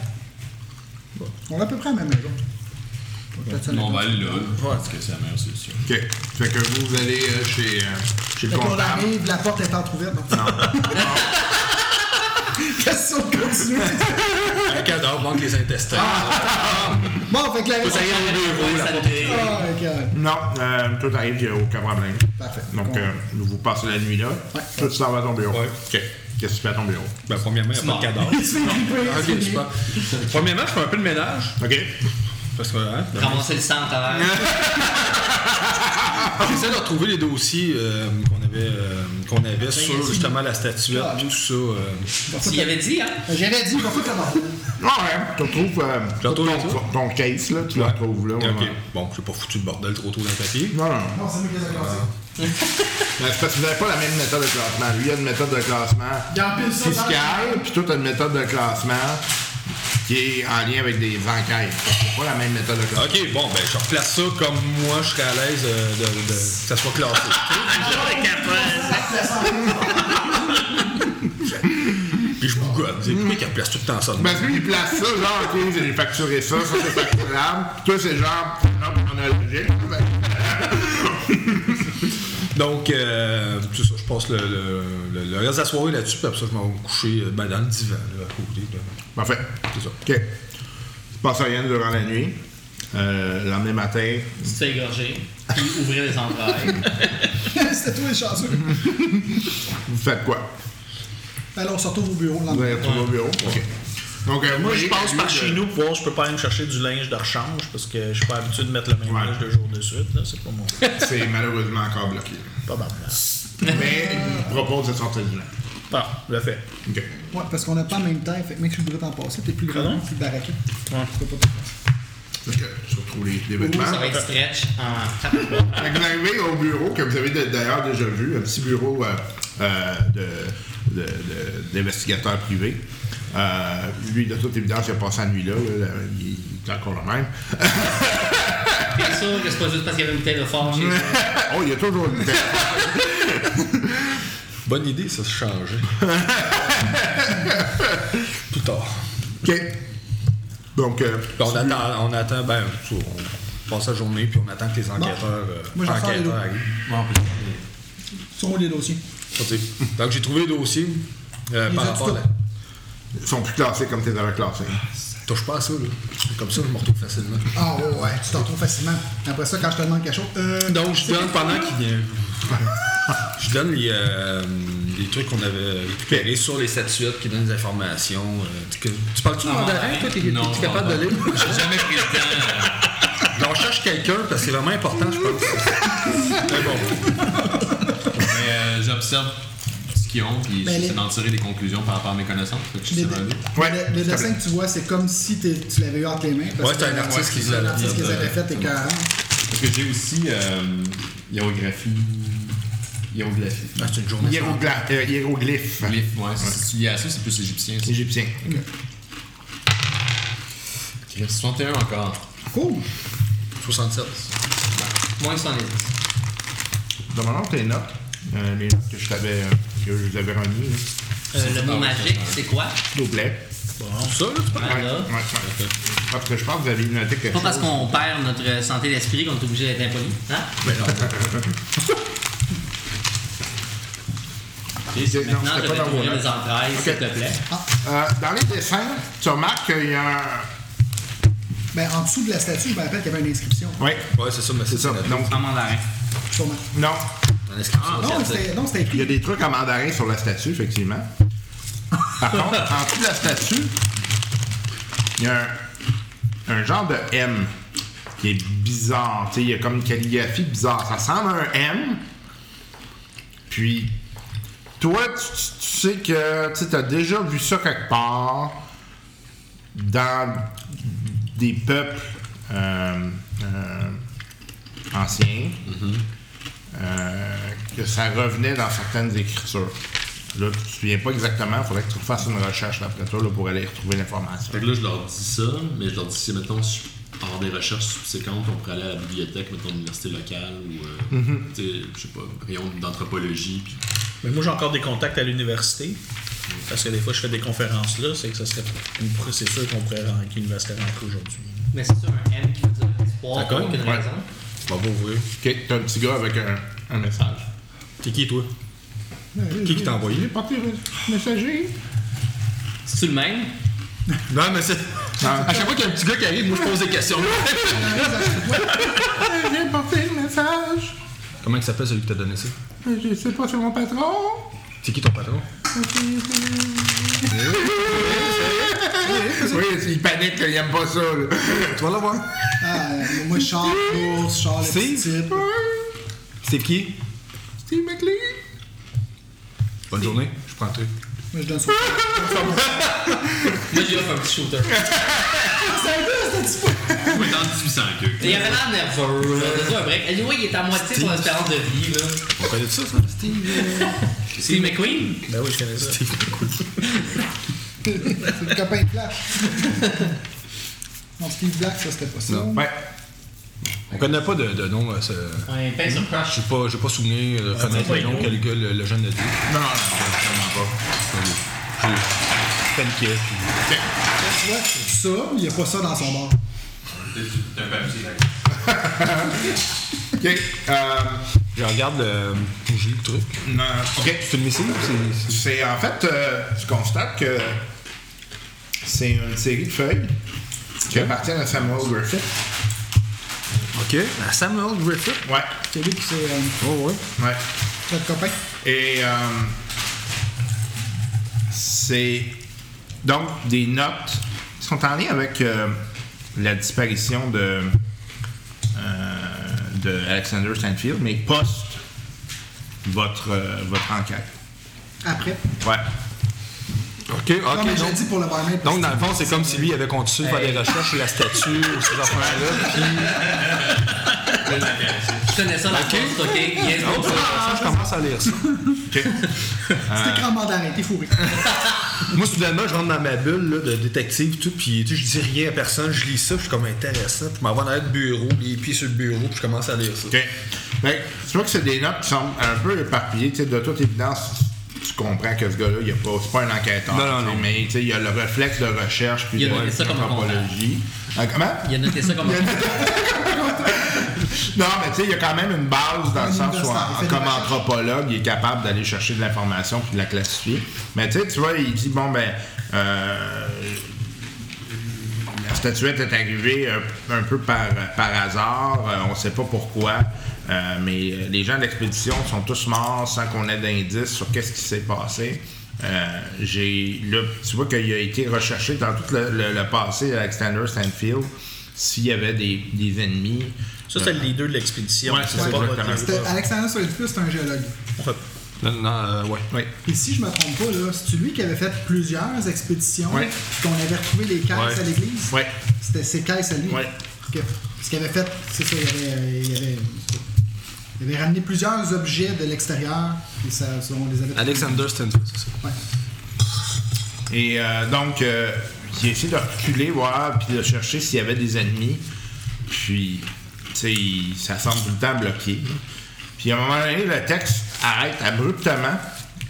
Speaker 5: On est à peu près à la même maison. Peut-être ça,
Speaker 6: Non, on va
Speaker 5: la-
Speaker 6: aller là. Parce que c'est la meilleure solution.
Speaker 3: OK. Fait que vous, vous allez euh, chez, euh, chez le
Speaker 5: Fait qu'on
Speaker 3: comptable.
Speaker 5: arrive, la porte est entrouverte. donc- Question de continuer.
Speaker 8: Le cadavre manque les intestins.
Speaker 10: Ah!
Speaker 5: Bon, fait que la Ah, ok, ouais.
Speaker 3: Non, euh, tout arrive, il n'y a aucun problème.
Speaker 5: Parfait.
Speaker 3: Donc, euh, vous passez la nuit là.
Speaker 5: Ouais.
Speaker 3: Tout s'en va à ton bureau.
Speaker 10: Ouais.
Speaker 3: OK. Qu'est-ce que tu fais à ton bureau?
Speaker 10: Ben, premièrement, il n'y a pas de cadavre.
Speaker 5: Il se fait gripper, il se fait
Speaker 10: ok,
Speaker 5: gripper.
Speaker 10: super. premièrement, je fais un peu de ménage.
Speaker 3: OK.
Speaker 10: Parce que, hein,
Speaker 4: Ramasser le sang à travers.
Speaker 10: Ah!
Speaker 8: J'essaie de retrouver les dossiers euh, qu'on avait, euh, qu'on avait sur justement la statuette
Speaker 10: Ah!
Speaker 8: et tout ça. euh.
Speaker 4: Tu y avais dit, hein?
Speaker 5: J'avais dit, il va foutre la barre.
Speaker 3: Ouais, tu retrouves euh,
Speaker 8: Je retrouve
Speaker 3: ton,
Speaker 8: tout ça?
Speaker 3: ton case, là, tu le retrouves là.
Speaker 8: Ok,
Speaker 3: ouais.
Speaker 8: bon, j'ai pas foutu le bordel trop tôt dans le papier.
Speaker 3: Non, non.
Speaker 5: Non, c'est moi qui les ai cassés.
Speaker 3: Ben, c'est parce que vous n'avez pas la même méthode de classement. Lui, il a une méthode de classement
Speaker 5: Il empile ça dans
Speaker 3: fiscale, puis toi, tu une méthode de classement qui est en lien avec des enquêtes. C'est pas la même méthode de classement.
Speaker 8: Ok, bon, ben je replace ça comme moi je serais à l'aise euh, de, de- que ça soit classé. Puis je bougonne. C'est pourquoi qu'elle place tout le temps ça de même?
Speaker 3: Parce que lui, il place ça, genre, OK, j'ai facturé ça, ça, c'est facturable. Toi, c'est genre, non, on a logique.
Speaker 8: Donc, euh, tout ça, je passe le, le, le- le reste de la soirée là-dessus, puis après ça, je m'en vais me coucher euh, ben, dans le divan, là, à côté. là.
Speaker 3: Parfait.
Speaker 8: C'est ça.
Speaker 3: OK. Il ne se passe rien durant la nuit. Euh, le lendemain matin,
Speaker 4: Tu t'es égorgé. Puis ouvrir les entrailles.
Speaker 5: C'était toi les chanceux.
Speaker 3: vous faites quoi?
Speaker 5: Alors, on se retrouve au bureau le
Speaker 3: Vous
Speaker 5: lendemain.
Speaker 3: allez retourner au bureau? OK. Donc, euh,
Speaker 2: Moi, je
Speaker 3: voyez
Speaker 2: passe
Speaker 3: que
Speaker 2: par
Speaker 3: lui,
Speaker 2: chez
Speaker 3: euh,
Speaker 2: nous pour voir si je peux pas aller me chercher du linge de rechange parce que je suis pas habitué de mettre le même
Speaker 3: Ouais.
Speaker 2: linge deux jours de suite. là. C'est pas mon.
Speaker 3: C'est malheureusement encore bloqué.
Speaker 2: Probablement.
Speaker 3: Mais il vous propose de sortir du linge.
Speaker 2: Bon, le fait.
Speaker 3: OK.
Speaker 5: Ouais, parce qu'on n'a pas en même temps. Fait que mec, je voudrais t'en passer. T'es plus grand,
Speaker 2: Pardon?
Speaker 5: plus baraqué.
Speaker 2: Ouais.
Speaker 5: Tu peux pas t'en passer.
Speaker 3: Fait que je retrouve les, les vêtements.
Speaker 4: Ça va être stretch en tapant.
Speaker 3: Fait que vous arrivez au bureau que vous avez de- d'ailleurs déjà vu, un petit bureau euh, euh, de- de- de- d'investigateur privé. Euh, lui, de toute évidence, il a passé la nuit là. là, là, il il est encore le même.
Speaker 4: Bien sûr que c'est pas juste parce qu'il y avait une bouteille de fort chez toi.
Speaker 3: oh, il y a toujours une tête.
Speaker 8: Bonne idée, ça se changeait. Plus tard.
Speaker 3: OK. Donc, euh,
Speaker 8: Puis on attend, on attend, ben, tu vois, on passe la journée, puis on attend que les enquêteurs, euh,
Speaker 5: Moi, je vais faire les
Speaker 8: enquêteurs
Speaker 5: deux.
Speaker 8: arrivent.
Speaker 5: Sur moi, les dossiers.
Speaker 8: Sorti. Donc, j'ai trouvé le dossier euh,
Speaker 5: Les
Speaker 8: par
Speaker 5: as-tu
Speaker 8: rapport à la...
Speaker 3: ils sont plus classés comme tu les avais classés.
Speaker 1: hein.
Speaker 8: Touche pas à ça, là. Comme ça, je me retrouve facilement.
Speaker 5: Ah ouais, ouais, tu t'en trouves facilement. Après ça, quand je te demande quelque chose, euh.
Speaker 8: Donc, je donne pendant qu'il vient. Je donne les, euh, les trucs qu'on avait récupérés sur les statuettes qui donnent des informations. euh, que- tu parles-tu
Speaker 4: Ah,
Speaker 8: mandarin, toi? T'es
Speaker 6: non,
Speaker 8: t'es-tu capable
Speaker 6: non,
Speaker 8: de lire?
Speaker 6: J'ai jamais pris le temps. euh,
Speaker 8: Donc, je cherche quelqu'un parce que c'est vraiment important, je pense. Mais bon.
Speaker 6: euh, Mais euh, j'observe ce qu'ils ont, puis
Speaker 5: Ben,
Speaker 6: j'essaie
Speaker 5: les-
Speaker 6: d'en tirer des conclusions par rapport à mes connaissances. Fait que je
Speaker 5: Les-
Speaker 6: sais pas aller.
Speaker 3: Ouais,
Speaker 5: le, le dessin que tu vois, c'est comme si t'es- tu l'avais eu entre les mains. parce
Speaker 8: Ouais, c'est
Speaker 5: que
Speaker 8: un
Speaker 5: la-
Speaker 8: artiste qui
Speaker 5: c'est un
Speaker 8: l'a- euh,
Speaker 5: artiste qui les avait
Speaker 6: l'a-
Speaker 5: fait, t'es carré.
Speaker 6: Parce que j'ai aussi euh, hiérographie. Hiérographie.
Speaker 8: Ah, c'est une journée. sans-
Speaker 3: Hiérogla- euh, hiéroglyphe.
Speaker 6: Glyphe, ouais. Si tu lié à ça, c'est plus égyptien. ça.
Speaker 3: Égyptien.
Speaker 6: Chris, 61 encore.
Speaker 5: Cool!
Speaker 8: 67.
Speaker 4: Moins que 70.
Speaker 1: Demandons tes notes. Euh, les notes que je t'avais. euh, que je vous avais remises, là.
Speaker 4: Euh, le mot magique, c'est quoi?
Speaker 1: S'il vous plaît.
Speaker 8: Ça, Ah, là, tu parles?
Speaker 4: Voilà.
Speaker 1: Ouais, ouais, ouais. Parce que je pense que vous avez noté quelque
Speaker 4: Pas
Speaker 1: chose.
Speaker 4: parce qu'on perd notre santé d'esprit qu'on est obligé d'être impoli. Hein?
Speaker 1: Non,
Speaker 4: Et
Speaker 1: c'était
Speaker 4: Maintenant, je
Speaker 1: pas
Speaker 4: vais
Speaker 1: dans vos
Speaker 4: t'ouvrir
Speaker 1: notes.
Speaker 4: mes entrailles, s'il
Speaker 1: Ok.
Speaker 4: te plaît.
Speaker 1: Euh, dans les dessins, tu remarques qu'il y a un.
Speaker 5: Ben, en dessous de la statue, je me rappelle qu'il y avait une inscription.
Speaker 1: Oui,
Speaker 8: Ouais, c'est ça, mais c'est
Speaker 1: c'est ça.
Speaker 8: ça.
Speaker 1: Donc,
Speaker 4: En mandarin.
Speaker 5: Sûrement.
Speaker 1: non.
Speaker 8: Ah,
Speaker 5: Ah, Non, c'était non, c'était
Speaker 1: Il y
Speaker 5: écrit.
Speaker 1: a des trucs en mandarin sur la statue, effectivement. Par contre, en dessous de la statue, il y a un, un genre de M qui est bizarre. Tu sais, il y a comme une calligraphie bizarre. Ça ressemble à un M. Puis, toi, tu, tu- tu sais que tu as déjà vu ça quelque part dans des peuples euh, euh, anciens euh, que ça revenait dans certaines écritures. Là, tu te souviens pas exactement, il faudrait que tu fasses une recherche là, après toi là, pour aller retrouver l'information.
Speaker 6: Fait que là, je leur dis ça, mais je leur dis si, mettons, su- hors des recherches subséquentes, on pourrait aller à la bibliothèque, mettons, de l'université locale ou, euh, tu sais, je sais pas, rayon d'anthropologie, puis
Speaker 2: Mais moi, j'ai encore des contacts à l'université. Parce que des fois, je fais des conférences là, c'est que ça serait. C'est sûr qu'on pourrait ren- que l'université rentre aujourd'hui.
Speaker 4: Mais c'est sûr, un M qui veut dire espoir pour
Speaker 8: D'accord,
Speaker 4: aucune
Speaker 1: ouais.
Speaker 4: raison.
Speaker 8: Bon, bon, oui.
Speaker 1: Ok, t'as un petit gars avec un, un message.
Speaker 8: T'es qui, toi? Qui qui t'a envoyé?
Speaker 1: Il est parti le messager.
Speaker 4: C'est-tu le même?
Speaker 8: Non, mais c'est.
Speaker 1: Ah.
Speaker 8: À chaque fois qu'il y a un petit gars qui arrive, moi, je pose des questions.
Speaker 1: Il est porté le message.
Speaker 8: Comment il s'appelle celui qui t'a donné ça?
Speaker 1: Je sais pas, c'est mon patron.
Speaker 8: C'est qui ton patron?
Speaker 1: Oui, il panique, il aime pas ça. là.
Speaker 8: Tu vas l'avoir.
Speaker 5: Ah, euh, moi, je chante, course, je chante, les petits types.
Speaker 8: C'est qui?
Speaker 1: Steve McLean.
Speaker 8: Bonne journée. Je prends le truc.
Speaker 5: Moi, je donne ça.
Speaker 4: Moi, j'ai offre un petit shooter.
Speaker 5: Ah,
Speaker 6: on va être en 1800 queue.
Speaker 4: Il avait l'air nerveux, là. Donne-nous un break. Anyway, il est à moitié pour l'espérance de vie, là.
Speaker 8: On connaît ça, ça? Steve.
Speaker 4: Steve McQueen?
Speaker 2: Ben oui, je connais ça.
Speaker 5: C'est le copain de Black. non, Steve Black, ça, c'était pas ça.
Speaker 1: Ouais.
Speaker 8: On connaît pas de, de nom. euh, ce-
Speaker 4: Ouais, pain sur crush.
Speaker 8: J'ai pas, j'ai Ah, pas souvenir de connaître le nom que le gars, le, le jeune a dit.
Speaker 1: Non, non, non, vraiment
Speaker 8: Je paniquais. puis-
Speaker 5: Tu vois, ça, il n'y a pas ça dans son bar.
Speaker 1: pas. Ok. euh,
Speaker 8: Je regarde le. Je lis le truc.
Speaker 1: non, ok.
Speaker 8: C'est une missile ou c'est.
Speaker 1: C'est en fait, euh, je constate que c'est une série de feuilles qui appartiennent à Samuel Griffith.
Speaker 8: Ok. À Samuel Ben, Griffith.
Speaker 1: Ouais,
Speaker 5: C'est lui qui c'est euh,
Speaker 8: Oh, ouais.
Speaker 1: ouais.
Speaker 5: notre copain.
Speaker 1: Et euh, c'est donc des notes qui sont en lien avec euh, la disparition de, euh, de Alexander Stanfield, mais post votre, euh, votre enquête.
Speaker 5: Après.
Speaker 1: Ouais.
Speaker 8: Ok,
Speaker 5: Non, mais
Speaker 8: ok.
Speaker 5: j'ai
Speaker 8: Donc,
Speaker 5: dit pour le barman.
Speaker 8: donc, dans le fond, c'est comme si lui avait continué de faire des recherches sur la statue ou ces affaires-là. Puis,
Speaker 4: Je connais ça, la course, ok? Yes,
Speaker 8: Oh, c'est intéressant, je commence à lire ça.
Speaker 5: C'est écrit en mandarin, t'es fourré.
Speaker 8: Ah, Moi, soudainement, je rentre dans ma bulle là, de détective et tout, puis tu sais, je dis rien à personne, je lis ça, puis je suis comme intéressant, puis je m'en vais dans le bureau, les pieds sur le bureau, puis je commence à lire ça.
Speaker 1: OK. Fait que tu vois que c'est des notes qui sont un peu éparpillées. Tu sais, de toute évidence, tu comprends que ce gars-là, il a pas, c'est pas un enquêteur.
Speaker 8: Non, non,
Speaker 1: tu sais,
Speaker 8: non.
Speaker 1: Mais tu sais, il a le réflexe de recherche puis
Speaker 4: Il a
Speaker 1: de
Speaker 4: donné ça comme un
Speaker 1: anthropologie. Euh, comment?
Speaker 4: Il a noté ça comme un
Speaker 1: Non, mais tu sais, il y a quand même une base dans le
Speaker 5: Une
Speaker 1: sens où,
Speaker 5: base,
Speaker 1: en-
Speaker 5: il fait des
Speaker 1: comme
Speaker 5: recherches.
Speaker 1: anthropologue, il est capable d'aller chercher de l'information puis de la classifier. Mais tu sais, tu vois, il dit, bon, ben, euh, la statuette est arrivée euh, un, un peu par, par hasard, euh, on ne sait pas pourquoi, euh, mais euh, les gens de l'expédition sont tous morts sans qu'on ait d'indices sur qu'est-ce qui s'est passé. Euh, j'ai là, tu vois qu'il a été recherché dans tout le, le- le passé d'Alexander Stanfield s'il y avait des, des ennemis. Euh,
Speaker 2: Ça, c'était le leader de l'expédition.
Speaker 1: Ouais, c'est ça,
Speaker 2: pas votre
Speaker 1: exactement.
Speaker 5: C'était Alexander Solidus, c'est un géologue.
Speaker 8: Non, non, euh, ouais.
Speaker 1: Oui.
Speaker 5: Et si je me trompe pas, là, c'est lui qui avait fait plusieurs expéditions,
Speaker 1: Ouais.
Speaker 5: puis qu'on avait retrouvé les caisses
Speaker 8: Ouais.
Speaker 5: à l'église.
Speaker 1: Ouais.
Speaker 5: C'était ses caisses à lui.
Speaker 1: Ouais.
Speaker 5: Que- ce qu'il avait fait, c'est ça, il avait, euh, il, avait, il avait ramené plusieurs objets de l'extérieur, puis ça, ça, on les avait.
Speaker 8: Alexander Stanfield, c'est ça.
Speaker 5: Ouais.
Speaker 1: Et euh, donc, euh, j'ai essayé de reculer, voir, puis de chercher s'il y avait des ennemis. Puis, tu sais, il- ça semble tout le temps bloqué.
Speaker 3: Puis à un moment donné, le texte arrête abruptement.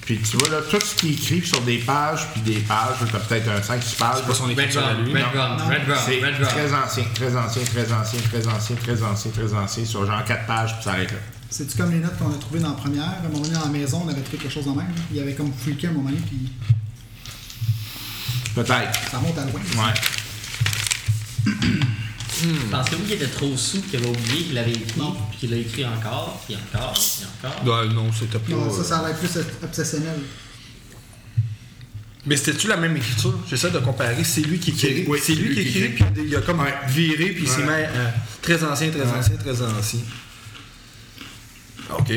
Speaker 3: Puis tu vois, là, tout ce qui est écrit sur des pages, puis des pages, là, t'as peut-être un 5-6 pages.
Speaker 8: C'est pas son
Speaker 4: Red
Speaker 8: écriture à
Speaker 4: Rum,
Speaker 8: lui.
Speaker 4: Red Rum, Red Rum,
Speaker 3: C'est
Speaker 4: Red Rum.
Speaker 3: très ancien, très ancien, très ancien, très ancien, très ancien, très ancien, sur genre 4 pages, puis ça arrête là.
Speaker 5: C'est-tu comme les notes qu'on a trouvées dans la première? À un moment donné, dans la maison, on avait trouvé quelque chose en même. Il y avait comme freaké à un moment donné, puis
Speaker 3: Peut-être.
Speaker 5: ça monte à loin.
Speaker 3: Ouais.
Speaker 4: Pensez-vous qu'il était trop sous qu'il avait oublié qu'il l'avait écrit, puis qu'il l'a écrit encore, puis encore, puis encore?
Speaker 11: Bah,
Speaker 8: Ouais, non, c'était pas.
Speaker 5: Non,
Speaker 8: euh,
Speaker 5: ça, ça a l'air plus obsessionnel.
Speaker 8: Mais c'était-tu la même écriture? J'essaie de comparer. C'est lui qui écrit.
Speaker 3: oui,
Speaker 8: c'est lui qui écrit, puis il a comme viré, puis il s'est mis à- très ancien, très ancien, très ancien.
Speaker 11: OK.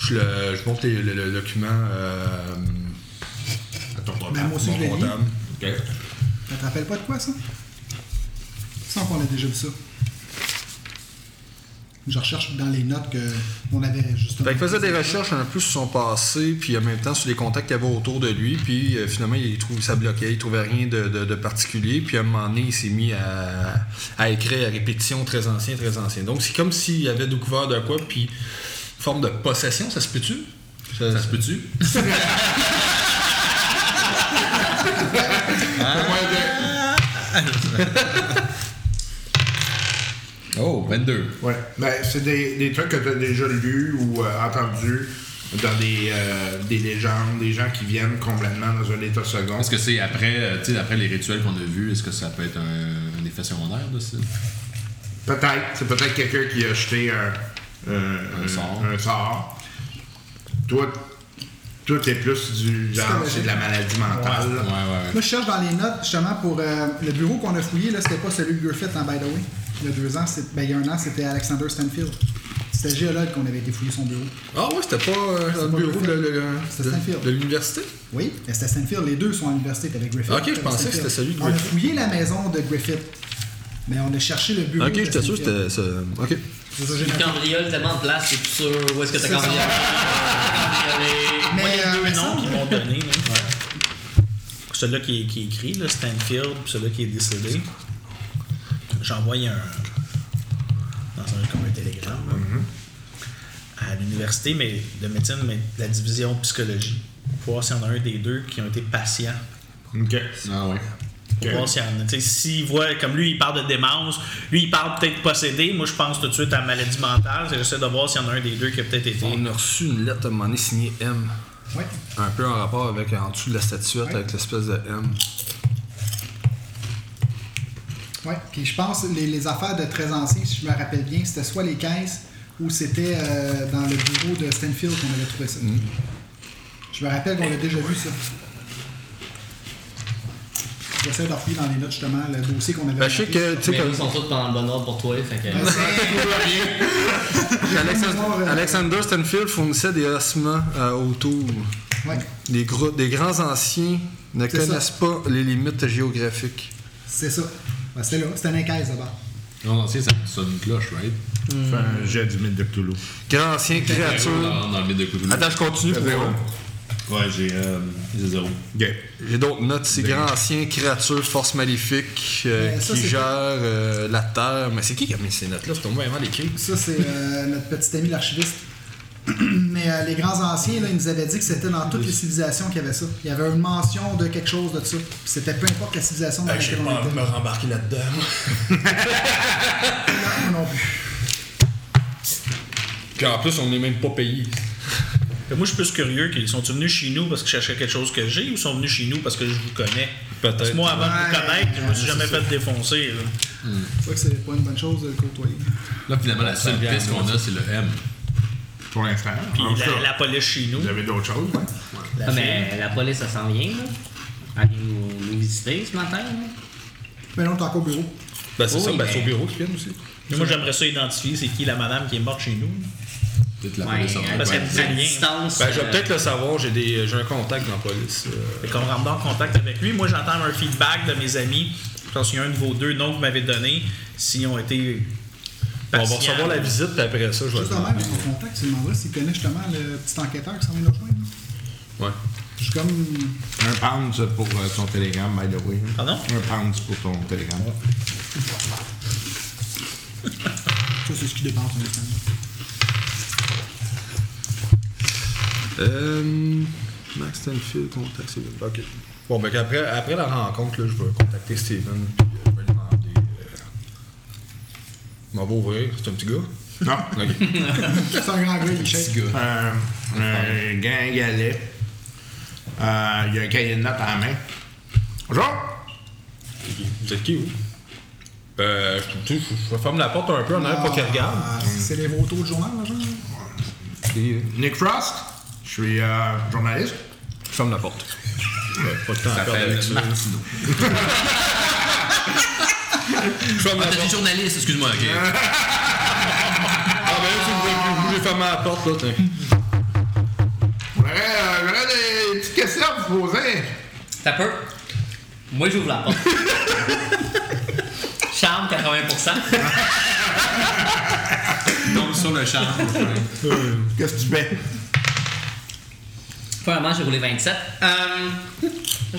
Speaker 11: Je, le, je monte les- le, le document euh, à ton comptable.
Speaker 5: Ben, moi aussi,
Speaker 11: mon
Speaker 5: je l'ai
Speaker 11: comptable. OK.
Speaker 5: Ça te rappelle pas de quoi, ça? Sans qu'on a déjà vu ça. Je recherche dans les notes qu'on avait justement.
Speaker 8: Fait qu'il faisait des recherches un peu sur son passé, puis en même temps sur les contacts qu'il y avait autour de lui, puis euh, finalement, il trouve, ça bloquait, il trouvait rien de, de- de particulier, puis à un moment donné, il s'est mis à, à écrire à répétition très ancien, très ancien. Donc c'est comme s'il avait découvert de quoi, puis une forme de possession, ça se peut-tu? Ça, se peut-tu?
Speaker 6: Oh, 22.
Speaker 3: Ouais. Ben, c'est des, des trucs que tu as déjà lus ou euh, entendus dans des, euh, des légendes, des gens qui viennent complètement dans un état second.
Speaker 6: Est-ce que c'est après, euh, tu sais, après les rituels qu'on a vus, est-ce que ça peut être un, un effet secondaire de ça?
Speaker 3: Peut-être. C'est peut-être quelqu'un qui a jeté un, un-
Speaker 6: Un sort.
Speaker 3: un sort. Toi, toi, t'es plus du genre,
Speaker 5: Psychologique.
Speaker 3: c'est de la maladie mentale. là.
Speaker 6: Ouais, ouais.
Speaker 5: Moi, je cherche dans les notes, justement, pour euh, le bureau qu'on a fouillé, là, c'était pas celui de Griffith, hein, by the way. Il y a deux ans, c'est- ben, il y a un an, c'était Alexander Stanfield. C'était géologue qu'on avait été fouiller son bureau.
Speaker 8: Ah ouais, c'était pas euh, dans
Speaker 5: pas
Speaker 8: le bureau
Speaker 5: Griffith.
Speaker 8: de, le- le-
Speaker 5: C'était
Speaker 8: de-
Speaker 5: Stanfield.
Speaker 8: de l'université?
Speaker 5: Oui, mais c'était Stanfield. Les deux sont à l'université. T'avais Griffith.
Speaker 8: Ok, je
Speaker 5: t'avais
Speaker 8: pensais que
Speaker 5: Stanfield.
Speaker 8: c'était celui de
Speaker 5: On a
Speaker 8: Griffith.
Speaker 5: fouillé la maison de Griffith, mais on a cherché le bureau.
Speaker 8: Ok,
Speaker 5: de
Speaker 8: j'étais sûr que
Speaker 5: Stanfield.
Speaker 8: c'était. ça- Ok.
Speaker 5: C'est ça, j'ai
Speaker 4: Tu
Speaker 5: noté.
Speaker 4: cambrioles tellement de place, c'est plus sûr où est-ce que t'as
Speaker 5: C'est ça.
Speaker 4: cambriolé. T'as cambriolé.
Speaker 5: Mais euh,
Speaker 2: deux
Speaker 5: mais
Speaker 2: noms
Speaker 5: ça,
Speaker 2: qu'ils m'ont donné. là. Celui-là qui, est- qui est écrit, là, Stanfield, puis celui-là qui est décédé. J'envoie un. dans un, comme un télégramme. là, À l'université mais de médecine, mais de la division psychologie. Pour voir s'il y en a un des deux qui ont été patients.
Speaker 6: Ah ouais.
Speaker 2: Pour voir s'il y en a. tu sais, S'il voit, comme lui, il parle de démence, lui, il parle peut-être possédé. Moi, je pense tout de suite à maladie mentale. J'essaie de voir s'il y en a un des deux qui a peut-être été.
Speaker 8: On a reçu une lettre à un moment donné signée M.
Speaker 5: ouais.
Speaker 8: Un peu en rapport avec en dessous de la statuette, avec l'espèce de M.
Speaker 5: Oui, puis je pense les, les affaires de très anciens, si je me rappelle bien, c'était soit les caisses ou c'était euh, dans le bureau de Stanfield qu'on avait trouvé ça.
Speaker 8: Mm-hmm.
Speaker 5: Je me rappelle qu'on a déjà vu ça. J'essaie de refouiller dans les notes justement le dossier qu'on avait.
Speaker 8: Ben, je sais
Speaker 5: remarqué.
Speaker 8: que, tu sais,
Speaker 4: Mais
Speaker 8: comme
Speaker 4: ils sont tous dans le bon ordre pour toi, fait que.
Speaker 5: mémoire,
Speaker 8: Alexander,
Speaker 5: euh,
Speaker 8: Alexander Stanfield fournissait des ossements euh, autour.
Speaker 5: Ouais,
Speaker 8: Les, gros- des grands anciens ne
Speaker 5: C'est
Speaker 8: connaissent pas les limites géographiques.
Speaker 5: c'est ça. Ben, c'était là, c'était dans les caisses d'abord.
Speaker 6: Non, ancien, ça sonne une cloche, right?
Speaker 3: Fais un jet du mythe de Cthulhu.
Speaker 8: Grands anciens, créatures.
Speaker 6: Dans, dans le mythe de Cthulhu.
Speaker 8: Attends, je continue pour
Speaker 6: Ouais, j'ai euh, j'ai zéro.
Speaker 3: Ok.
Speaker 8: J'ai d'autres notes. Ces grands anciens, créatures, forces maléfiques euh,
Speaker 5: Mais ça,
Speaker 8: qui
Speaker 5: c'est-
Speaker 8: gèrent euh, la terre. Mais c'est qui qui a mis ces notes-là? C'est au moins avant l'écrit.
Speaker 5: Ça, c'est euh, notre petit ami l'archiviste. Mais euh, les grands anciens, là, ils nous avaient dit que c'était dans toutes les civilisations qu'il y avait ça. Il y avait une mention de quelque chose de ça. Puis c'était peu importe la civilisation dans laquelle on était.
Speaker 8: rembarquer là-dedans.
Speaker 5: Non, moi non plus.
Speaker 8: Puis en plus, on n'est même pas payé.
Speaker 2: Fait que moi, je suis plus curieux qu'ils sont venus chez nous parce qu'ils cherchaient quelque chose que j'ai ou sont venus chez nous parce que je vous connais.
Speaker 8: Peut-être.
Speaker 2: Parce que moi, avant de vous
Speaker 5: Ouais.
Speaker 2: connaître, je me suis jamais fait défoncer. là.
Speaker 5: C'est vrai que c'est pas une bonne chose de le côtoyer.
Speaker 6: Là, finalement, la seule
Speaker 11: bien,
Speaker 6: piste qu'on a, c'est le M.
Speaker 3: Pour l'instant.
Speaker 2: Puis
Speaker 3: En tout
Speaker 2: la,
Speaker 3: cas,
Speaker 2: la police chez nous.
Speaker 3: Vous avez d'autres choses, hein? ouais.
Speaker 2: la
Speaker 4: Ah,
Speaker 2: fille.
Speaker 4: mais la police, ça s'en vient, là. Elle vient nous, nous visiter ce matin, là.
Speaker 5: Mais non, t'es encore au bureau.
Speaker 8: Ben, c'est
Speaker 4: Oui,
Speaker 8: ça, ben,
Speaker 4: mais-
Speaker 8: c'est au bureau qu'ils viennent aussi.
Speaker 2: Mais moi, j'aimerais ça identifier c'est qui la madame qui est morte chez nous.
Speaker 6: Peut-être la
Speaker 4: Ouais,
Speaker 6: police aura
Speaker 4: parce
Speaker 6: pas
Speaker 4: qu'elle
Speaker 2: ouais.
Speaker 4: dit à distance.
Speaker 8: Ben, je vais
Speaker 4: euh,
Speaker 8: peut-être le savoir, j'ai des- j'ai un contact dans la police. euh.
Speaker 2: Fait qu'on rentre en contact avec lui. Moi, j'entends un feedback de mes amis. Je pense qu'il y a un de vos deux noms que vous m'avez donné. S'ils ont été.
Speaker 8: On
Speaker 2: patients.
Speaker 8: va recevoir la visite, puis après ça, je vais.
Speaker 5: Juste en même, on est en contact, tu demanderas s'il connaît justement le petit enquêteur qui s'en vient nous rejoindre.
Speaker 8: Ouais.
Speaker 5: Je suis comme.
Speaker 3: Un pound ça, pour euh, ton télégramme, by the way.
Speaker 2: Pardon?
Speaker 3: Un pound c'est pour ton télégramme.
Speaker 5: Je c'est ce qui dépense, honnêtement.
Speaker 8: Euh, Max Stanfield, contact Steven. OK. Bon, ben après, après la rencontre, là, je vais contacter Steven. Puis, euh, je vais lui demander. Euh... il M'en va ouvrir. C'est un petit gars.
Speaker 3: Non,
Speaker 8: OK.
Speaker 5: C'est un grand gars, il shake.
Speaker 6: Petit gars.
Speaker 3: un, un guingalet. Euh, il y a un cahier de notes en main. Bonjour!
Speaker 8: Vous êtes qui, vous euh, je, je, je ferme la porte un peu en arrière pour qu'il regarde.
Speaker 5: Ah, C'est les vautours du journal, là, genre?
Speaker 3: Nick Frost, je suis euh, journaliste.
Speaker 8: Je ferme la porte. Ouais, pas le temps à perdre avec
Speaker 6: Appelle
Speaker 8: ça.
Speaker 6: Martineau.
Speaker 8: Je ferme
Speaker 4: Ah,
Speaker 8: la
Speaker 4: t'as des
Speaker 8: porte.
Speaker 4: journalistes, excuse-moi, ok.
Speaker 8: Ah, ben là, tu me vois plus. J'ai fermé la porte, là. t'as-
Speaker 3: J'aurais euh, j'aurais des petites questions à vous poser.
Speaker 4: T'as peur? Moi, j'ouvre la porte. Charme 80%.
Speaker 6: Donc sur le champ.
Speaker 3: Qu'est-ce que tu fais?
Speaker 4: Premièrement, j'ai roulé 27. Euh, je-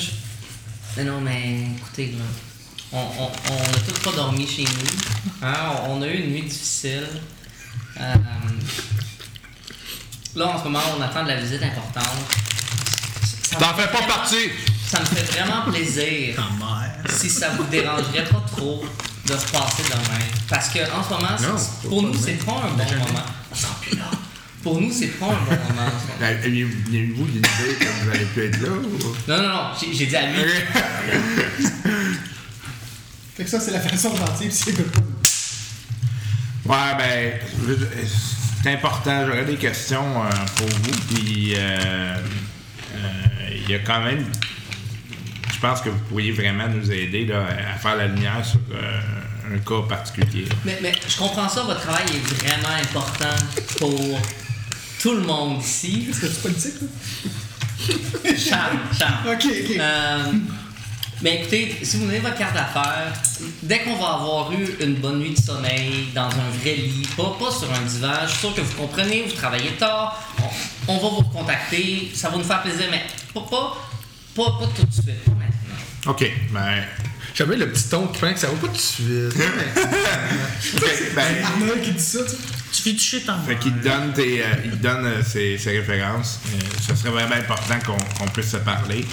Speaker 4: Mais non, mais écoutez, là, on, on, on a tous pas dormi chez nous. Hein, on, on a eu une nuit difficile. Euh, là, en ce moment, on attend de la visite importante. Ça me
Speaker 8: T'en fais pas
Speaker 4: vraiment-
Speaker 8: partie!
Speaker 4: Ça me fait vraiment plaisir
Speaker 2: Ta mère.
Speaker 4: si ça vous dérangerait pas trop de se passer demain. Parce que en ce moment, c'est-
Speaker 8: Non,
Speaker 4: pour
Speaker 8: pas
Speaker 4: nous,
Speaker 8: demain.
Speaker 4: c'est pas un bon moment. Non, plus là. Pour nous, c'est pas un bon moment. en ce moment.
Speaker 3: Ben, Aviez-vous une idée quand vous allez plus être là? ou-
Speaker 4: Non, non, non, j'ai j'ai dit à lui.
Speaker 5: Fait que ça, c'est la façon d'entier, pis c'est que pas.
Speaker 3: Ouais, ben, je veux dire, c'est important. J'aurais des questions euh, pour vous. Puis, euh, euh, il y a quand même. Je pense que vous pourriez vraiment nous aider là, à faire la lumière sur euh, un cas particulier.
Speaker 4: Mais, mais je comprends ça, votre travail est vraiment important pour tout le monde ici.
Speaker 5: Est-ce que tu politique, là?
Speaker 4: Charme, charme.
Speaker 5: Ok, ok.
Speaker 4: Euh, mais écoutez, si vous donnez votre carte d'affaires, dès qu'on va avoir eu une bonne nuit de sommeil, dans un vrai lit, pas, pas sur un divan, je suis sûr que vous comprenez, vous travaillez tard, on, on va vous recontacter, ça va nous faire plaisir, mais pas, pas, pas, pas tout de suite, pas maintenant.
Speaker 3: OK, ben.
Speaker 8: J'avais le petit ton qui prend que ça va pas tout de suite.
Speaker 3: OK, ben.
Speaker 5: Arnold qui dit ça, tu sais.
Speaker 2: Tu fais toucher ta
Speaker 3: Fait
Speaker 2: mère.
Speaker 3: qu'il te donne, tes, euh, il te donne euh, ses, ses références. Euh, ce serait vraiment important qu'on qu'on puisse se parler.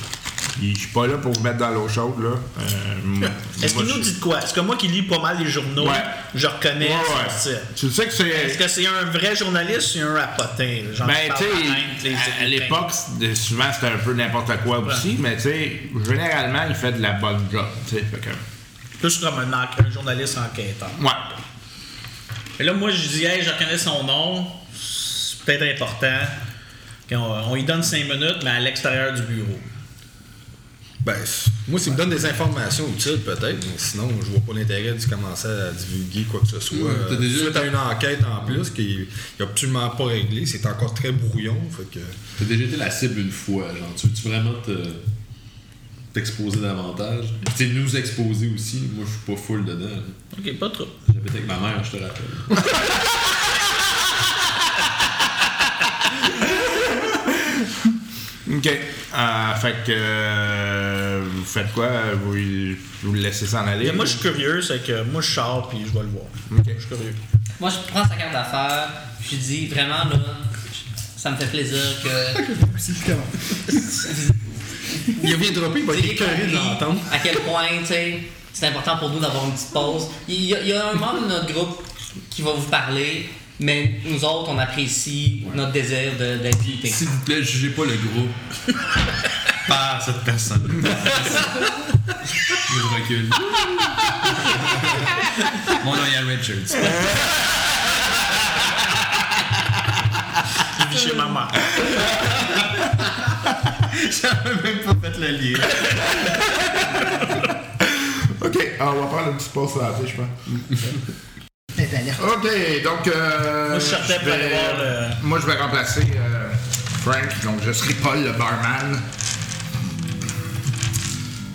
Speaker 3: Puis je suis pas là pour vous mettre dans l'eau chaude, là. Euh,
Speaker 2: Est-ce
Speaker 3: moi,
Speaker 2: qu'il nous
Speaker 3: je-
Speaker 2: dit de quoi? Est-ce que moi qui lis pas mal les journaux,
Speaker 3: Ouais.
Speaker 2: je reconnais
Speaker 3: Ouais, ouais.
Speaker 2: son style?
Speaker 3: Tu sais que
Speaker 2: Est-ce
Speaker 3: c'est.
Speaker 2: que c'est un vrai journaliste ou un rapotin? là, Genre qui
Speaker 3: Ben, tu
Speaker 2: parle
Speaker 3: sais,
Speaker 2: la haine, les
Speaker 3: à- à,
Speaker 2: écrivains?
Speaker 3: l'époque, c'était- souvent c'était un peu n'importe quoi aussi, mais tu sais, généralement, il fait de la bonne job, tu sais. Fait que.
Speaker 2: Plus comme un, enquête- un journaliste enquêteur.
Speaker 3: Ouais.
Speaker 2: Et là, moi, je dis, hey, je reconnais son nom. C'est peut-être important. Qu'on- On, lui donne 5 minutes, mais à l'extérieur du bureau.
Speaker 8: Ben, c- moi, s'il me donne des informations utiles, peut-être, mais sinon, je vois pas l'intérêt de commencer à divulguer quoi que ce soit.
Speaker 6: Ouais, t'as
Speaker 8: Euh,
Speaker 6: déjà-
Speaker 8: Suite à une enquête en plus qui n'est absolument pas réglée, c'est encore très brouillon. Fait que...
Speaker 6: T'as déjà été la cible une fois, genre. Tu veux-tu vraiment te- t'exposer davantage? Tu sais, nous exposer aussi. Moi, je suis pas full dedans. là.
Speaker 2: Ok, pas trop.
Speaker 6: J'habite avec ma mère, je te rappelle.
Speaker 3: OK. Euh, fait que. euh, vous faites quoi Vous, vous le laissez s'en aller
Speaker 2: Et moi, je suis curieux, c'est que moi, je sors puis je vais le voir. Je suis curieux.
Speaker 4: Moi, je prends sa carte d'affaires, puis je dis vraiment, là, ça me fait plaisir que
Speaker 5: C'est justement.
Speaker 8: Il vient dropper, il va
Speaker 4: Vous
Speaker 8: être
Speaker 4: avez
Speaker 8: écœuré de
Speaker 4: compris
Speaker 8: l'entendre.
Speaker 4: À quel point, tu sais, c'est important pour nous d'avoir une petite pause. Il y, a, il y a un membre de notre groupe qui va vous parler, mais nous autres, on apprécie notre désir de- d'être invité.
Speaker 6: S'il vous plaît, jugez pas le groupe par cette personne. Je recule. Mon nom est Richards.
Speaker 2: Je vis chez ma mère.
Speaker 6: J'avais même pas fait le lien.
Speaker 3: OK, ah, on va prendre une petite pause santé, je pense.
Speaker 5: Ben, ben, là.
Speaker 3: OK, donc. Euh,
Speaker 2: Moi, je sortais pour aller voir le-
Speaker 3: Moi, je vais remplacer euh, Frank, donc je serai Paul, le barman.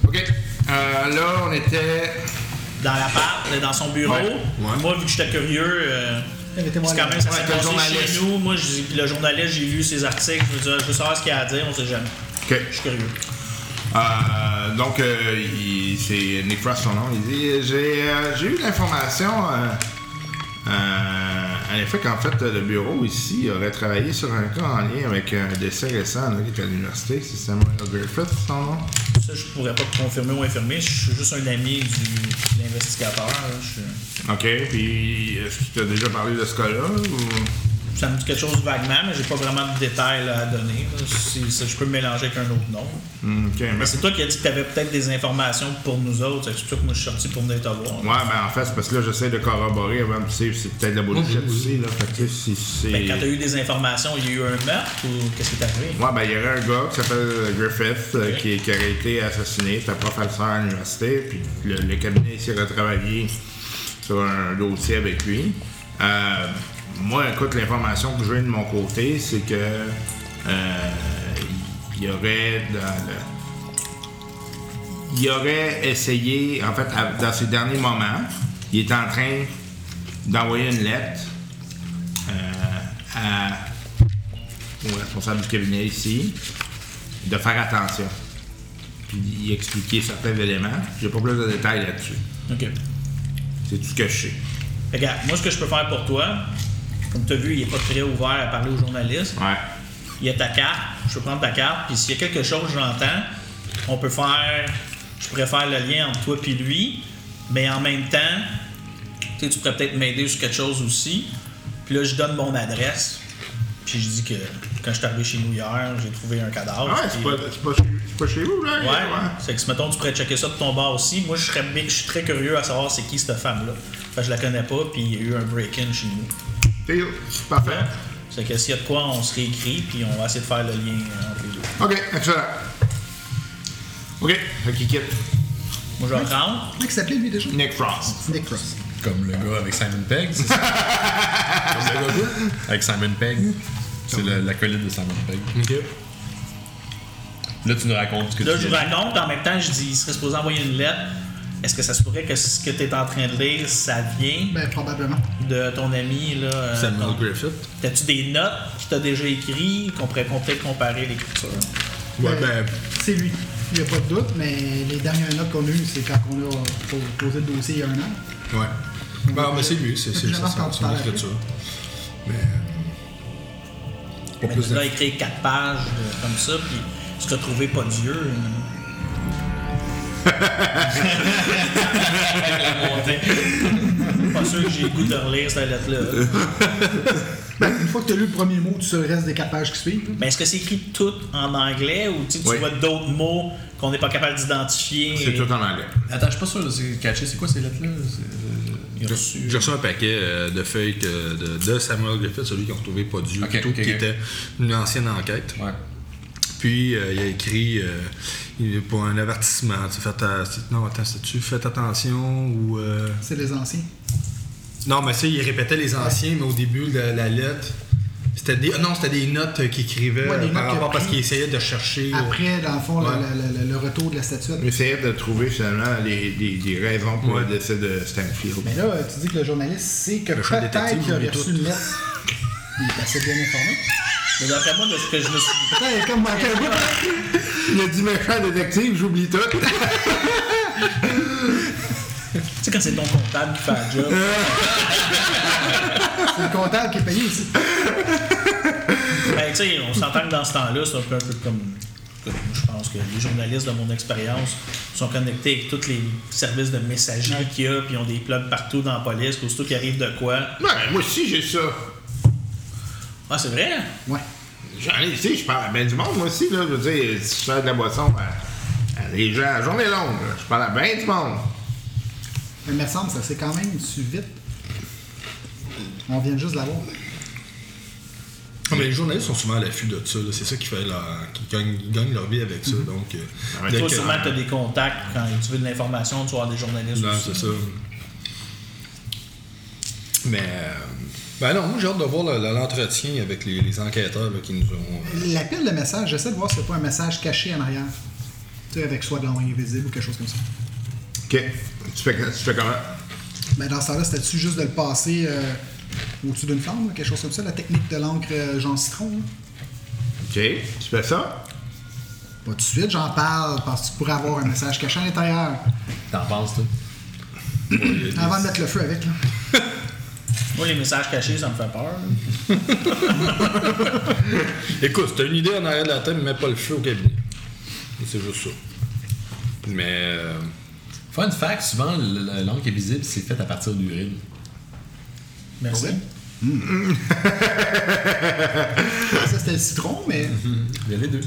Speaker 3: OK, euh, là, on était.
Speaker 2: Dans l'appart, dans son bureau.
Speaker 3: Ouais, ouais.
Speaker 2: Moi, vu que j'étais curieux, euh,
Speaker 5: Mettez-moi
Speaker 2: c'est
Speaker 5: là.
Speaker 2: quand même, ça
Speaker 3: Ouais,
Speaker 2: s'est
Speaker 3: t'es le
Speaker 2: passé
Speaker 3: journaliste.
Speaker 2: chez nous. Moi, je dis- le journaliste, j'ai lu ses articles. Je veux dire, je veux savoir ce qu'il a à dire, on sait jamais.
Speaker 3: OK.
Speaker 2: Je suis curieux.
Speaker 3: Euh, donc, euh, il- c'est Nick Frost, son nom. Il dit J'ai euh, j'ai eu l'information euh, euh, En effet, qu'en fait, le bureau ici aurait travaillé sur un cas en lien avec un décès récent là, qui est à l'université. C'est Samuel Griffith, son nom.
Speaker 2: Ça, je pourrais pas te confirmer ou infirmer. Je suis juste un ami du, de l'investigateur. là. Je suis-
Speaker 3: OK, puis est-ce que tu as déjà parlé de ce cas-là? ou-
Speaker 2: Ça me dit quelque chose vaguement, mais j'ai pas vraiment de détails là, à donner. là. Si- si- je peux me mélanger avec un autre nom.
Speaker 3: OK, mais
Speaker 2: Mais c'est toi qui as dit que tu avais peut-être des informations pour nous autres. C'est pour ça que moi, je suis sorti pour venir te voir.
Speaker 3: Ouais, ben en fait, c'est parce que là, j'essaie de corroborer avant, tu sais, c'est peut-être la bullshit aussi, là. Fait que tu sais, si c'est.
Speaker 2: Ben, quand tu as eu des informations, il y a eu un meurtre ou qu'est-ce qui est arrivé?
Speaker 3: Ouais, ben, il y aurait un gars qui s'appelle Griffith euh, qui, qui aurait été assassiné. C'était professeur à l'université. Puis le, le cabinet s'est retravaillé sur un dossier avec lui. Euh, moi, écoute, l'information que j'ai de mon côté, c'est que euh, il y aurait dans le- il aurait essayé, en fait, à- dans ses derniers moments, il est en train d'envoyer une lettre euh, à au responsable du cabinet ici, de faire attention. Puis y expliquer certains éléments. J'ai pas plus de détails là-dessus.
Speaker 2: OK.
Speaker 3: C'est tout ce que je sais.
Speaker 2: Regarde, moi, ce que je peux faire pour toi, comme tu as vu, il n'est pas très ouvert à parler aux journalistes.
Speaker 3: Ouais.
Speaker 2: Il y a ta carte, je peux prendre ta carte, puis s'il y a quelque chose que j'entends, on peut faire. Je pourrais faire le lien entre toi et lui, mais en même temps, tu sais, tu pourrais peut-être m'aider sur quelque chose aussi. Puis là, je donne mon adresse, puis je dis que quand je suis arrivé chez nous hier, j'ai trouvé un cadavre.
Speaker 3: Ah Ouais, c'est
Speaker 2: puis-
Speaker 3: pas, c'est pas, chez- c'est pas chez vous, là.
Speaker 2: Ouais, c'est que si mettons tu pourrais checker ça de ton bar aussi, moi je serais bi- je suis très curieux à savoir c'est qui cette femme-là. Enfin, je la connais pas, puis il y a eu un break-in chez nous.
Speaker 3: Deal. Parfait.
Speaker 2: Hein? C'est que s'il y a de quoi, on se réécrit, puis on va essayer de faire le lien euh, entre les deux.
Speaker 3: Ok, excellent. Ok, fait qu'il quitte.
Speaker 2: Moi je rentre.
Speaker 5: Comment il s'appelait lui déjà
Speaker 3: Nick Frost.
Speaker 5: Nick Cross.
Speaker 6: Comme le gars avec Simon Pegg, c'est ça? Comme le gars Avec Simon Pegg. C'est le- la colline de Simon Pegg.
Speaker 7: Ok.
Speaker 6: Là, tu nous racontes ce que
Speaker 2: Là,
Speaker 6: tu
Speaker 2: je vous raconte, en même temps, je dis, il serait supposé envoyer une lettre. Est-ce que ça se pourrait que ce que tu es en train de lire, ça vient
Speaker 5: Ben, probablement.
Speaker 2: de ton ami, là? euh,
Speaker 7: Samuel
Speaker 2: ton-
Speaker 7: Griffith.
Speaker 2: T'as-tu des notes qu'il t'a déjà écrites, qu'on pourrait qu'on peut peut-être comparer l'écriture?
Speaker 7: Ouais, ben,
Speaker 5: Ben, C'est lui. Il n'y a pas de doute, mais les dernières notes qu'on a eues, c'est quand on a euh, posé le dossier il y a un an.
Speaker 7: ouais. Ben, mais c'est lui, c'est
Speaker 5: J'ai
Speaker 7: c'est-
Speaker 5: jamais
Speaker 7: c'est son
Speaker 5: entendu
Speaker 7: son
Speaker 5: parler.
Speaker 7: écriture. Mais. euh, Pas
Speaker 2: Mais
Speaker 7: plus
Speaker 2: tu
Speaker 7: de.
Speaker 6: hein.
Speaker 2: dois écrire quatre pages euh, comme ça, puis se retrouver pas hein. Dieu. pas sûr que j'ai le goût de relire cette lettre-là.
Speaker 5: Une fois que tu as lu le premier mot, tu sais le reste des quatre pages qui suivent.
Speaker 2: Mais est-ce que c'est écrit tout en anglais ou tu, sais, tu
Speaker 3: Oui.
Speaker 2: vois d'autres mots qu'on n'est pas capable d'identifier?
Speaker 3: C'est tout en anglais.
Speaker 6: Attends, je suis pas sûr de c'est catché. C'est euh, quoi ces lettres-là? C'est-
Speaker 2: Il a reçu.
Speaker 7: J'ai reçu un paquet euh, de feuilles que- de, de Samuel Griffith, celui qu'on retrouvait pas du
Speaker 6: Ok,
Speaker 7: tout,
Speaker 6: ok,
Speaker 7: qui
Speaker 6: ok.
Speaker 7: était une ancienne enquête.
Speaker 6: Ouais.
Speaker 7: Puis euh, il a écrit euh, il- pour un avertissement. tu sais, faites, euh, c'est- non, attends, c'est-tu faites attention ou. euh,
Speaker 5: C'est les anciens.
Speaker 7: Non, mais ça, il répétait les anciens, mais au début de la lettre. C'était des, non, c'était des notes euh, qu'il écrivait
Speaker 5: Ouais, des
Speaker 7: euh, par
Speaker 5: notes qu'il a
Speaker 7: rapport parce
Speaker 5: pris.
Speaker 7: qu'il essayait de chercher. euh,
Speaker 5: Après, dans le fond, le-
Speaker 7: Ouais.
Speaker 5: le, le- le retour de la statuette.
Speaker 3: J'essayais de trouver finalement les, les- les raisons pour le décès de Stanfield.
Speaker 5: Mais là, euh, tu dis que le journaliste sait que
Speaker 7: chef
Speaker 5: peut-être
Speaker 7: détective,
Speaker 5: qu'il a
Speaker 7: oublie
Speaker 5: reçu
Speaker 7: tout.
Speaker 5: une lettre. Il est assez bien informé.
Speaker 2: Mais d'après moi, de ce que je me suis
Speaker 5: Putain, il est comme manqué un bout.
Speaker 3: Il a dit méchant détective, j'oublie tout.
Speaker 2: Tu sais, quand c'est ton comptable qui fait le job,
Speaker 5: C'est le comptable qui est payé aussi.
Speaker 2: ben, tu sais, on s'entend que dans ce temps-là, c'est un peu, un peu comme. Je pense que les journalistes, de mon expérience, sont connectés avec tous les services de messagerie qu'il y a, puis ils ont des plugs partout dans la police, puis aussitôt qu'il arrive de quoi.
Speaker 3: Non, mais Ben, moi aussi, j'ai ça.
Speaker 2: Ah, c'est vrai?
Speaker 5: Ouais.
Speaker 3: J'en ai ici, je parle à ben du monde, moi aussi, là. Je veux dire, si je fais de la boisson, ben, les gens, la journée longue, là, je parle à ben du monde.
Speaker 5: Mais il me semble que ça s'est quand même su vite. On vient juste de l'avoir.
Speaker 7: Ah, mais les journalistes sont souvent à l'affût de ça. là. C'est ça qui fait leur, qui gagne, ils gagnent leur vie avec ça.
Speaker 5: Mm-hmm.
Speaker 7: Donc, euh,
Speaker 3: Ah, mais
Speaker 7: dès
Speaker 2: Toi,
Speaker 7: que-
Speaker 2: sûrement, tu as des contacts. Quand tu veux de l'information, tu vas avoir des journalistes.
Speaker 7: Non,
Speaker 2: aussi.
Speaker 7: c'est ça. Mais. euh, ben non, moi j'ai hâte de voir le- le- l'entretien avec les, les enquêteurs là, qui nous ont. euh,
Speaker 5: L'appel de message, j'essaie de voir si c'est pas un message caché en arrière. Tu sais, avec soit de l'envoi invisible ou quelque chose comme ça.
Speaker 3: OK. Tu fais, tu fais comment?
Speaker 5: Mais dans ce temps-là, c'était-tu juste de le passer euh, au-dessus d'une flamme, là, quelque chose comme ça, la technique de l'encre euh, Jean Citron? là?
Speaker 3: OK. Tu fais ça?
Speaker 5: Pas tout de suite, j'en parle, parce que tu pourrais avoir un message caché à l'intérieur.
Speaker 6: T'en penses, toi?
Speaker 5: Avant de mettre le feu avec. là.
Speaker 2: Moi, les messages cachés, ça me fait peur. là.
Speaker 8: Écoute, si t'as une idée en arrière de la tête, mais mets pas le feu au cabinet. Et C'est juste ça.
Speaker 6: Mais. euh, fun fact, souvent, le- le- l'encre invisible, c'est fait à partir d'urine.
Speaker 2: Merci.
Speaker 5: Ça, c'était le citron, mais
Speaker 6: Il y en a les deux.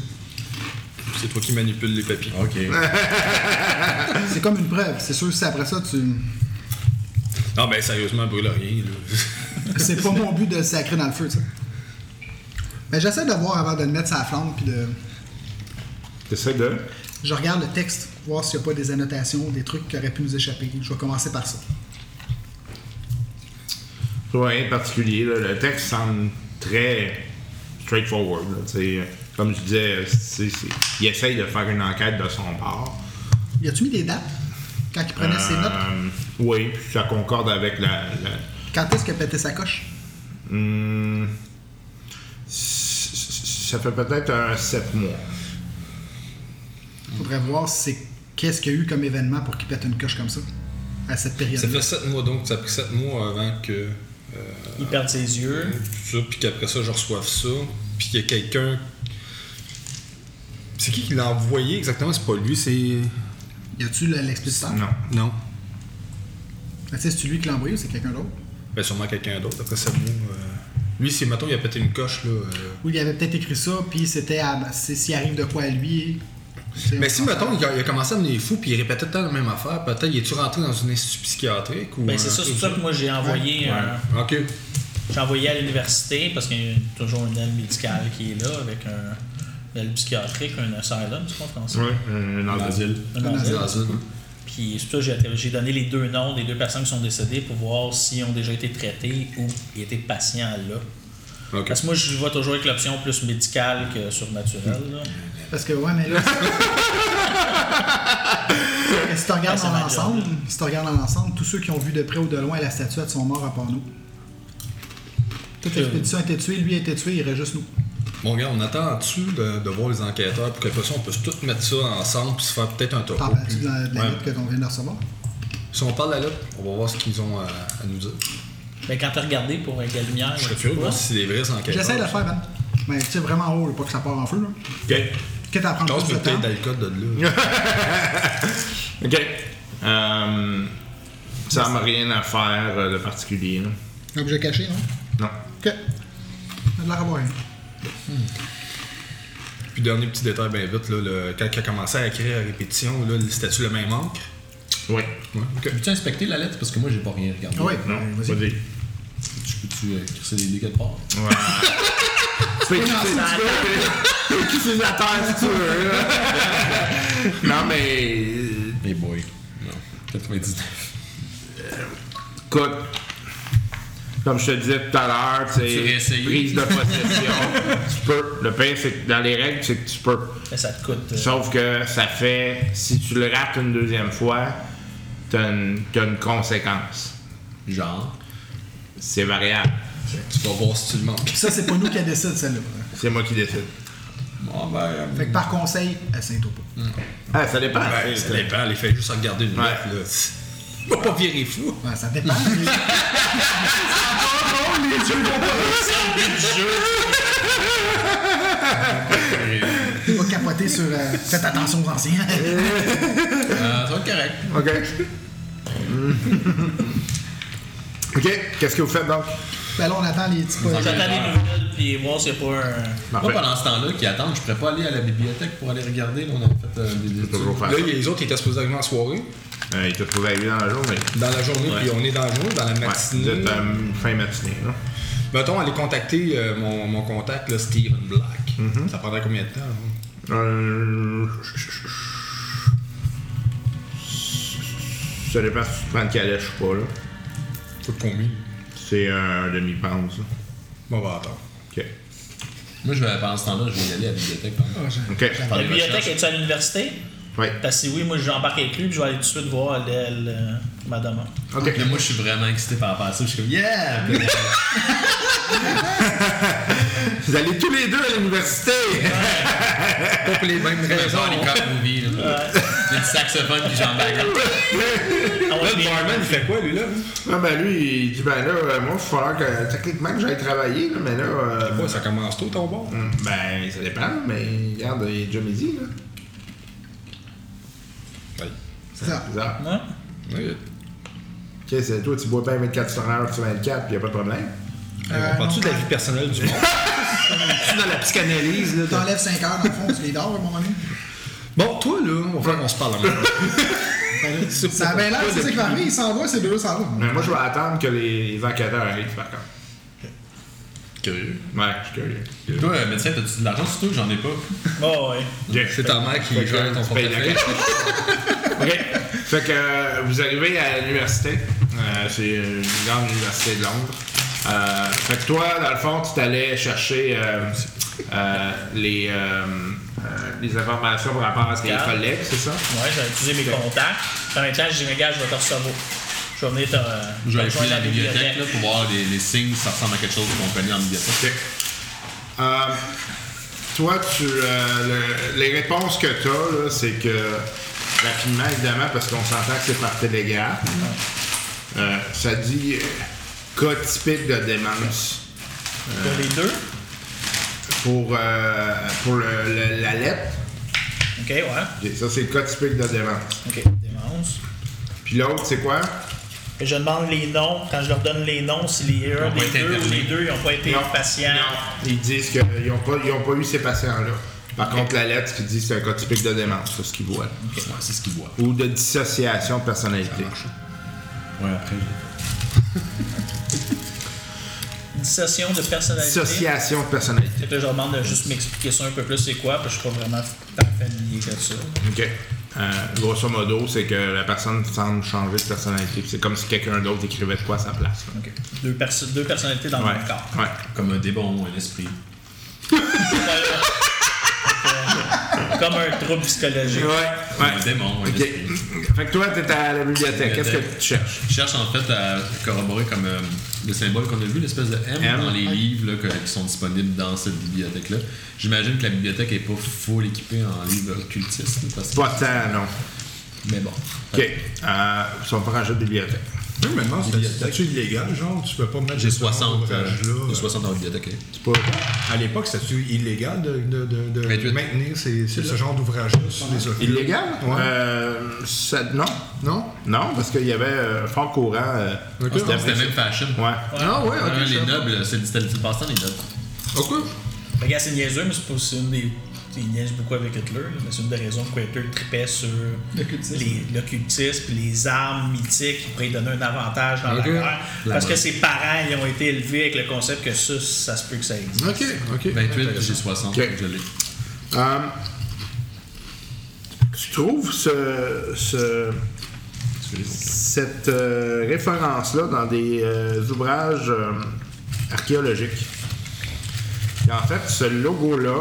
Speaker 8: C'est toi qui manipules les papiers.
Speaker 6: Ok.
Speaker 5: c'est comme une preuve. C'est sûr que si après ça, tu.
Speaker 8: Non, ben sérieusement, brûle rien. Là.
Speaker 5: C'est pas mon but de le sacrer dans le feu, ça. Mais j'essaie de voir avant de le mettre sur la flamme, puis de.
Speaker 3: T'essaies de.
Speaker 5: Je regarde le texte, voir s'il n'y a pas des annotations, des trucs qui auraient pu nous échapper. Je vais commencer par ça.
Speaker 3: Tu vois, rien de particulier. là. Le texte semble très straightforward. là. Tu sais, Comme je disais, euh, c'est- c'est- il essaye de faire une enquête de son part.
Speaker 5: Y a-tu mis des dates quand il prenait ses notes?
Speaker 3: Euh, oui, puis ça concorde avec la. la-
Speaker 5: Quand est-ce qu'il a pété sa coche?
Speaker 3: Hum, c- c- ça fait peut-être un 7 mois.
Speaker 5: Faudrait voir c'est qu'est-ce qu'il y a eu comme événement pour qu'il pète une coche comme ça à cette
Speaker 8: Ça
Speaker 5: période-là.
Speaker 8: fait 7 mois donc, ça a pris 7 mois avant que.
Speaker 2: Ils perdent ses yeux.
Speaker 8: tout ça, puis qu'après ça, je reçoive ça, puis qu'il y a quelqu'un. C'est qui qui l'a envoyé exactement C'est pas lui, c'est.
Speaker 5: Y a-tu le- l'explicitaire?
Speaker 3: Non.
Speaker 8: Non.
Speaker 5: Ah, tu sais, c'est lui qui l'a envoyé ou c'est quelqu'un d'autre?
Speaker 8: Ben, sûrement quelqu'un d'autre, après 7 mois. euh. Lui, c'est mettons, il a pété une coche, là. euh.
Speaker 5: Ou il avait peut-être écrit ça, puis c'était à- ben, c'est- s'il arrive de quoi à lui. c'est-
Speaker 8: Mais Ben, si, mettons, il a, il a commencé à devenir fou, puis il répétait tout le temps la même affaire, peut-être, il est-tu rentré dans une institut psychiatrique ou.
Speaker 2: Ben, c'est ça, c'est pour ça que moi, j'ai envoyé. un-
Speaker 8: Ok.
Speaker 2: J'ai envoyé à l'université parce qu'il y a toujours une aile médicale qui est là avec un une aile psychiatrique, un asylum, tu comprends ça?
Speaker 3: Oui, un
Speaker 6: Dans
Speaker 3: asile.
Speaker 6: l'asile.
Speaker 2: Un asile.
Speaker 6: l'asile.
Speaker 2: Puis c'est pour ça que j'ai- j'ai donné les deux noms des deux personnes qui sont décédées pour voir s'ils ont déjà été traités ou ils étaient patients là.
Speaker 8: Ok.
Speaker 2: Parce que moi, je vois toujours avec l'option plus médicale que surnaturelle. là.
Speaker 5: Parce que, ouais, mais là. Mais si tu regardes
Speaker 2: Ah, ça
Speaker 5: dans
Speaker 2: m'a
Speaker 5: l'ensemble,
Speaker 2: duré.
Speaker 5: si tu regardes dans l'ensemble, tous ceux qui ont vu de près ou de loin la statuette sont morts à part nous. Toute
Speaker 2: Euh.
Speaker 5: l'expédition a été tuée, lui a été tué, il reste juste nous.
Speaker 8: Bon, gars, on attend-tu de, de voir les enquêteurs pour qu'après ça, on puisse tout mettre ça ensemble, puis se faire peut-être un topo.
Speaker 5: T'en parles-tu de
Speaker 8: puis-
Speaker 5: la, de la
Speaker 8: Ouais.
Speaker 5: note que l'on vient de recevoir?
Speaker 8: Si on parle de la lettre, on va voir ce qu'ils ont à, à nous dire.
Speaker 2: Mais Ben, quand t'as regardé pour avec la lumière.
Speaker 8: Je serais curieux de voir si c'est des vrais enquêteurs.
Speaker 5: J'essaie de le faire, man. Mais tu sais, vraiment haut, là, pas que ça part en feu, là.
Speaker 3: Ok.
Speaker 5: Quitte à
Speaker 8: Je
Speaker 5: prendre
Speaker 8: pense
Speaker 5: plus de
Speaker 8: une
Speaker 5: temps.
Speaker 8: bouteille d'alcool de là.
Speaker 3: Ok. Euh, ça n'a rien à faire euh, de particulier. là.
Speaker 5: Objet caché, non?
Speaker 3: Non.
Speaker 5: Ok. On a de la revoir.
Speaker 8: Puis dernier petit détail bien vite, là, le, quand il a commencé à écrire à répétition, là, c'était-tu le même encre?
Speaker 3: Oui.
Speaker 8: Ouais, ok.
Speaker 6: Peux-tu inspecter la lettre? Parce que moi, j'ai pas rien regardé.
Speaker 5: Ah oui,
Speaker 3: Non.
Speaker 5: vas-y.
Speaker 3: Vas-y.
Speaker 6: Tu peux-tu euh, crisser des dés quelque part?
Speaker 3: Tu peux crisser du tu peux crisser la terre si tu veux. là. non, mais.
Speaker 6: Hey boy. Non. 99.
Speaker 3: Écoute. Comme je te disais tout à l'heure,
Speaker 6: Tu
Speaker 3: tu sais,
Speaker 6: réessayes.
Speaker 3: prise de possession. tu peux. Le pire, c'est que dans les règles, c'est que tu peux.
Speaker 2: Mais ça te coûte. euh,
Speaker 3: Sauf que ça fait. Si tu le rates une deuxième fois, t'as une, t'as une conséquence.
Speaker 6: Genre.
Speaker 3: C'est variable.
Speaker 6: Tu vas voir si tu le manques.
Speaker 5: Ça, c'est pas nous qui la décide, celle-là.
Speaker 3: C'est moi qui décide.
Speaker 6: Bon, ben. euh,
Speaker 5: Fait que par conseil, essaye-toi pas.
Speaker 3: Ah, ça dépend.
Speaker 8: Ben, ça dépend, il fait juste regarder une
Speaker 3: Ouais.
Speaker 8: lettre, là. Il va pas virer fou.
Speaker 5: Ouais, Ben, ça dépend. mais- Il va capoter sur. euh, faites attention aux anciens.
Speaker 6: euh, ça va être correct.
Speaker 3: OK. OK, qu'est-ce que vous faites donc?
Speaker 5: ben là, on attend les petits pas.
Speaker 2: J'attends les nouvelles puis voir s'il n'y a pas un.
Speaker 6: Moi, pendant ce temps-là, qui attendent, je pourrais pas aller à la bibliothèque pour aller regarder. Là, on a fait euh, des études.
Speaker 3: toujours faire
Speaker 8: Là, il y a les autres qui étaient supposés arriver en soirée,
Speaker 3: Euh, il te trouvé à 8 dans la journée.
Speaker 8: dans la journée, puis on est dans le jour, dans la
Speaker 3: Ouais, vous
Speaker 8: matinée.
Speaker 3: êtes euh, fin matinée, là.
Speaker 8: Mettons, aller contacter euh, mon, mon contact, là, Steven Black.
Speaker 3: Mm-hmm.
Speaker 8: Ça prendrait combien de temps? hein? là?
Speaker 3: Euh... Ça dépend si tu prends une calèche ou pas, là.
Speaker 8: Faut de combien?
Speaker 3: C'est un demi-pound, ça.
Speaker 8: Bon, ben, on va attendre.
Speaker 3: OK.
Speaker 6: Moi, je vais, pendant ce temps-là, je vais y aller à la bibliothèque. pendant-
Speaker 5: Ah, j'ai-
Speaker 3: OK.
Speaker 6: pendant
Speaker 2: La
Speaker 6: les
Speaker 2: bibliothèque,
Speaker 6: recherches.
Speaker 2: est tu à l'université?
Speaker 3: Oui.
Speaker 2: Parce que si oui, moi j'embarque avec lui puis je vais aller tout de suite voir elle, euh, madame.
Speaker 3: OK.
Speaker 6: Là, moi, je suis vraiment excité par rapport à ça. Je suis comme, yeah! Puis, euh,
Speaker 3: Vous allez tous les deux à l'université!
Speaker 8: Pas pour les mêmes
Speaker 6: C'est
Speaker 8: raisons.
Speaker 6: genre les cop movies. Là. C'est du saxophone qui j'en
Speaker 2: On
Speaker 8: Le barman, il fait quoi, lui, là?
Speaker 3: Ah ben lui, il dit ben là, euh, moi, il va falloir que techniquement que j'aille travailler, là, mais là. euh,
Speaker 8: Ouais, ça commence tôt, ton bar.
Speaker 3: hum, ben, ça dépend, mais regarde, il est déjà midi, là.
Speaker 5: Ça.
Speaker 3: Bizarre.
Speaker 2: Ouais.
Speaker 8: Ouais.
Speaker 3: Ok, c'est toi, tu bois bien 24 heures sur 24, puis y a pas de problème.
Speaker 8: on parle-tu
Speaker 5: Euh,
Speaker 8: de la vie personnelle du monde? tu dans la psychanalyse, là?
Speaker 5: T'enlèves 5 heures dans le fond, tu les dors à un moment donné.
Speaker 8: Bon, toi, là, on va qu'on se parle maintenant.
Speaker 5: Ben là, Ça a bien l'air, c'est ça qui va arriver, il s'en va, c'est 200 euros.
Speaker 3: Mais Euh, moi, je vais attendre que les enquêteurs arrivent, par contre.
Speaker 6: Curieux.
Speaker 3: Ouais, je suis curieux.
Speaker 6: Toi, euh, médecin, t'as-tu de l'argent surtout? J'en ai pas.
Speaker 2: Oh, ouais.
Speaker 8: C'est ta mère qui gère ton
Speaker 3: tu payes la
Speaker 8: portefeuille.
Speaker 3: OK. Fait que euh, vous arrivez à l'université. Euh, c'est une grande université de Londres. Euh, fait que toi, dans le fond, tu t'allais chercher euh, euh, les, euh, euh, les informations par rapport à tes
Speaker 2: Regarde.
Speaker 3: collègues, c'est ça?
Speaker 2: Ouais, j'ai utilisé mes contacts. Dans les classes, j'ai dit, mes gars, je vais te recevoir. Je vais venir te. euh,
Speaker 6: Je vais
Speaker 2: te
Speaker 6: aller fouiller
Speaker 2: rejoindre
Speaker 6: la
Speaker 2: à
Speaker 6: bibliothèque là, pour voir les, les signes, si ça ressemble à quelque chose qu'on connaît en bibliothèque.
Speaker 3: Ok. Euh, toi, tu, euh, le- les réponses que tu as, c'est que rapidement, évidemment, parce qu'on s'entend que c'est par télégraphe, euh, ça dit euh, cas typique de démence.
Speaker 2: Pour les deux.
Speaker 3: pour, euh, pour le- le- la lettre.
Speaker 2: Ok, ouais.
Speaker 3: Ça, c'est le cas typique de démence.
Speaker 2: Ok, démence.
Speaker 3: Puis l'autre, c'est quoi?
Speaker 2: Et je demande les noms. Quand je leur donne les noms, si les,
Speaker 6: ont
Speaker 2: un,
Speaker 6: pas
Speaker 2: les
Speaker 6: été
Speaker 2: deux ou
Speaker 6: internés.
Speaker 2: les deux, ils n'ont pas été patients.
Speaker 3: Non. Ils disent qu'ils n'ont pas, ils ont pas eu ces patients-là. Par contre, la lettre, ce qu'ils disent, c'est un cas typique de démence, c'est ce qu'ils voient.
Speaker 6: Ouais, c'est ce qu'ils voient.
Speaker 3: Ou de dissociation de personnalité.
Speaker 6: Ouais, après, j'ai-
Speaker 2: Dissociation de personnalité.
Speaker 3: Dissociation de personnalité.
Speaker 2: Fait que là, je leur demande de juste m'expliquer ça un peu plus, c'est quoi, parce que je suis pas vraiment tant familier que ça.
Speaker 3: OK. Euh, grosso modo, c'est que la personne semble changer de personnalité. puis C'est comme si quelqu'un d'autre écrivait de quoi à sa place. là.
Speaker 2: Ok. Deux, perso- deux personnalités dans le
Speaker 3: Ouais.
Speaker 2: même corps.
Speaker 3: ouais.
Speaker 6: Comme un débon, un esprit.
Speaker 2: Voilà. Comme un trouble psychologique.
Speaker 3: Ouais.
Speaker 6: Un démon, un
Speaker 3: OK.
Speaker 6: esprit.
Speaker 3: Fait que toi, t'es à la bibliothèque. Qu'est-ce que tu cherches?
Speaker 6: Je cherche en fait à corroborer comme euh, le symbole qu'on a vu, l'espèce de M,
Speaker 3: M.
Speaker 6: dans les livres là, que- qui sont disponibles dans cette bibliothèque-là. J'imagine que la bibliothèque est pas full équipée en livres occultistes. là, Parce que...
Speaker 3: Pas tant, non.
Speaker 6: Mais bon.
Speaker 3: OK. Euh, ils sont pas rangés de bibliothèque.
Speaker 8: Oui, mais non, c'est c'est-tu illégal, genre? Tu peux pas mettre...
Speaker 6: J'ai
Speaker 8: ce
Speaker 6: 60, euh,
Speaker 8: ouvrage-là,
Speaker 6: j'ai
Speaker 8: euh,
Speaker 6: 60 en bibliothèque. hein.
Speaker 8: C'est pas- À l'époque, c'était illégal de, de- de- de
Speaker 6: 28.
Speaker 8: maintenir ces- ces- ce genre d'ouvrage-là sur les occultes?
Speaker 3: Illégal?
Speaker 8: Ouais.
Speaker 3: Euh, ça- non.
Speaker 8: Non?
Speaker 3: Non, parce qu'il y avait euh, fort courant. euh,
Speaker 8: Ok.
Speaker 3: on s'était
Speaker 8: Ah,
Speaker 6: C'était
Speaker 3: fait-
Speaker 6: même fashion.
Speaker 3: Ouais.
Speaker 8: Ah ouais, ok.
Speaker 6: Ah,
Speaker 8: je
Speaker 6: les
Speaker 8: savais pas.
Speaker 6: nobles, c'est c'était le passe-temps, les nobles.
Speaker 8: Ok.
Speaker 2: Ben, Regarde, c'est niaiseux, mais c'est pas- c'est une des. Il niaise beaucoup avec Hitler, là, mais c'est une des raisons pourquoi Hitler tripait sur les- l'occultisme puis les armes mythiques qui pourraient donner un avantage dans
Speaker 8: Ok.
Speaker 2: la guerre.
Speaker 6: La
Speaker 2: Parce que
Speaker 6: mode.
Speaker 2: ses parents ils ont été élevés avec le concept que ça, ça se peut que ça existe.
Speaker 8: Ok, ok.
Speaker 6: 28, j'ai 60.
Speaker 3: Ok.
Speaker 6: Je l'ai.
Speaker 3: Euh, tu trouves ce, ce- cette euh, référence-là dans des euh, ouvrages euh, archéologiques. Et en fait, ce logo-là,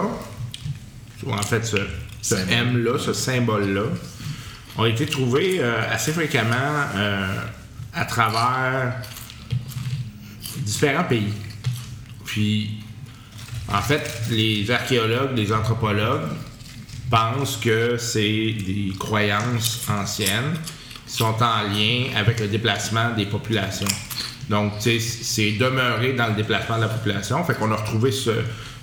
Speaker 3: ou en fait ce, ce M-là, ce symbole-là, ont été trouvés euh, assez fréquemment euh, à travers différents pays. Puis en fait, les archéologues, les anthropologues pensent que c'est des croyances anciennes qui sont en lien avec le déplacement des populations. Donc, tu sais, c'est demeuré dans le déplacement de la population. Fait qu'on a retrouvé ce,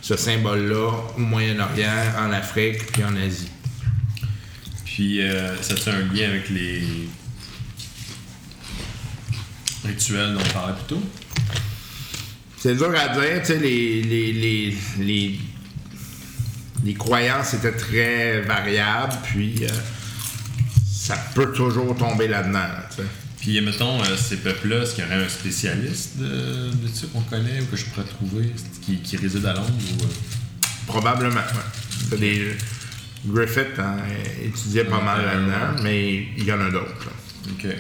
Speaker 3: ce symbole-là au Moyen-Orient, en Afrique, puis en Asie.
Speaker 6: Puis, euh, ça fait un lien avec les rituels dont on parlait plus tôt.
Speaker 3: C'est dur à dire, tu sais, les, les, les, les, les croyances étaient très variables, puis euh, ça peut toujours tomber là-dedans, là, tu sais.
Speaker 6: Puis, mettons, euh, ces peuples-là, est-ce qu'il y aurait un spécialiste de, de ça qu'on connaît ou que je pourrais trouver qui, qui réside à Londres ou, euh,
Speaker 3: Probablement, ouais. C'est des... Griffith hein, étudiait pas mal
Speaker 6: Ouais,
Speaker 3: là-dedans,
Speaker 6: ouais.
Speaker 3: mais il y en a d'autres. là.
Speaker 6: euh, OK.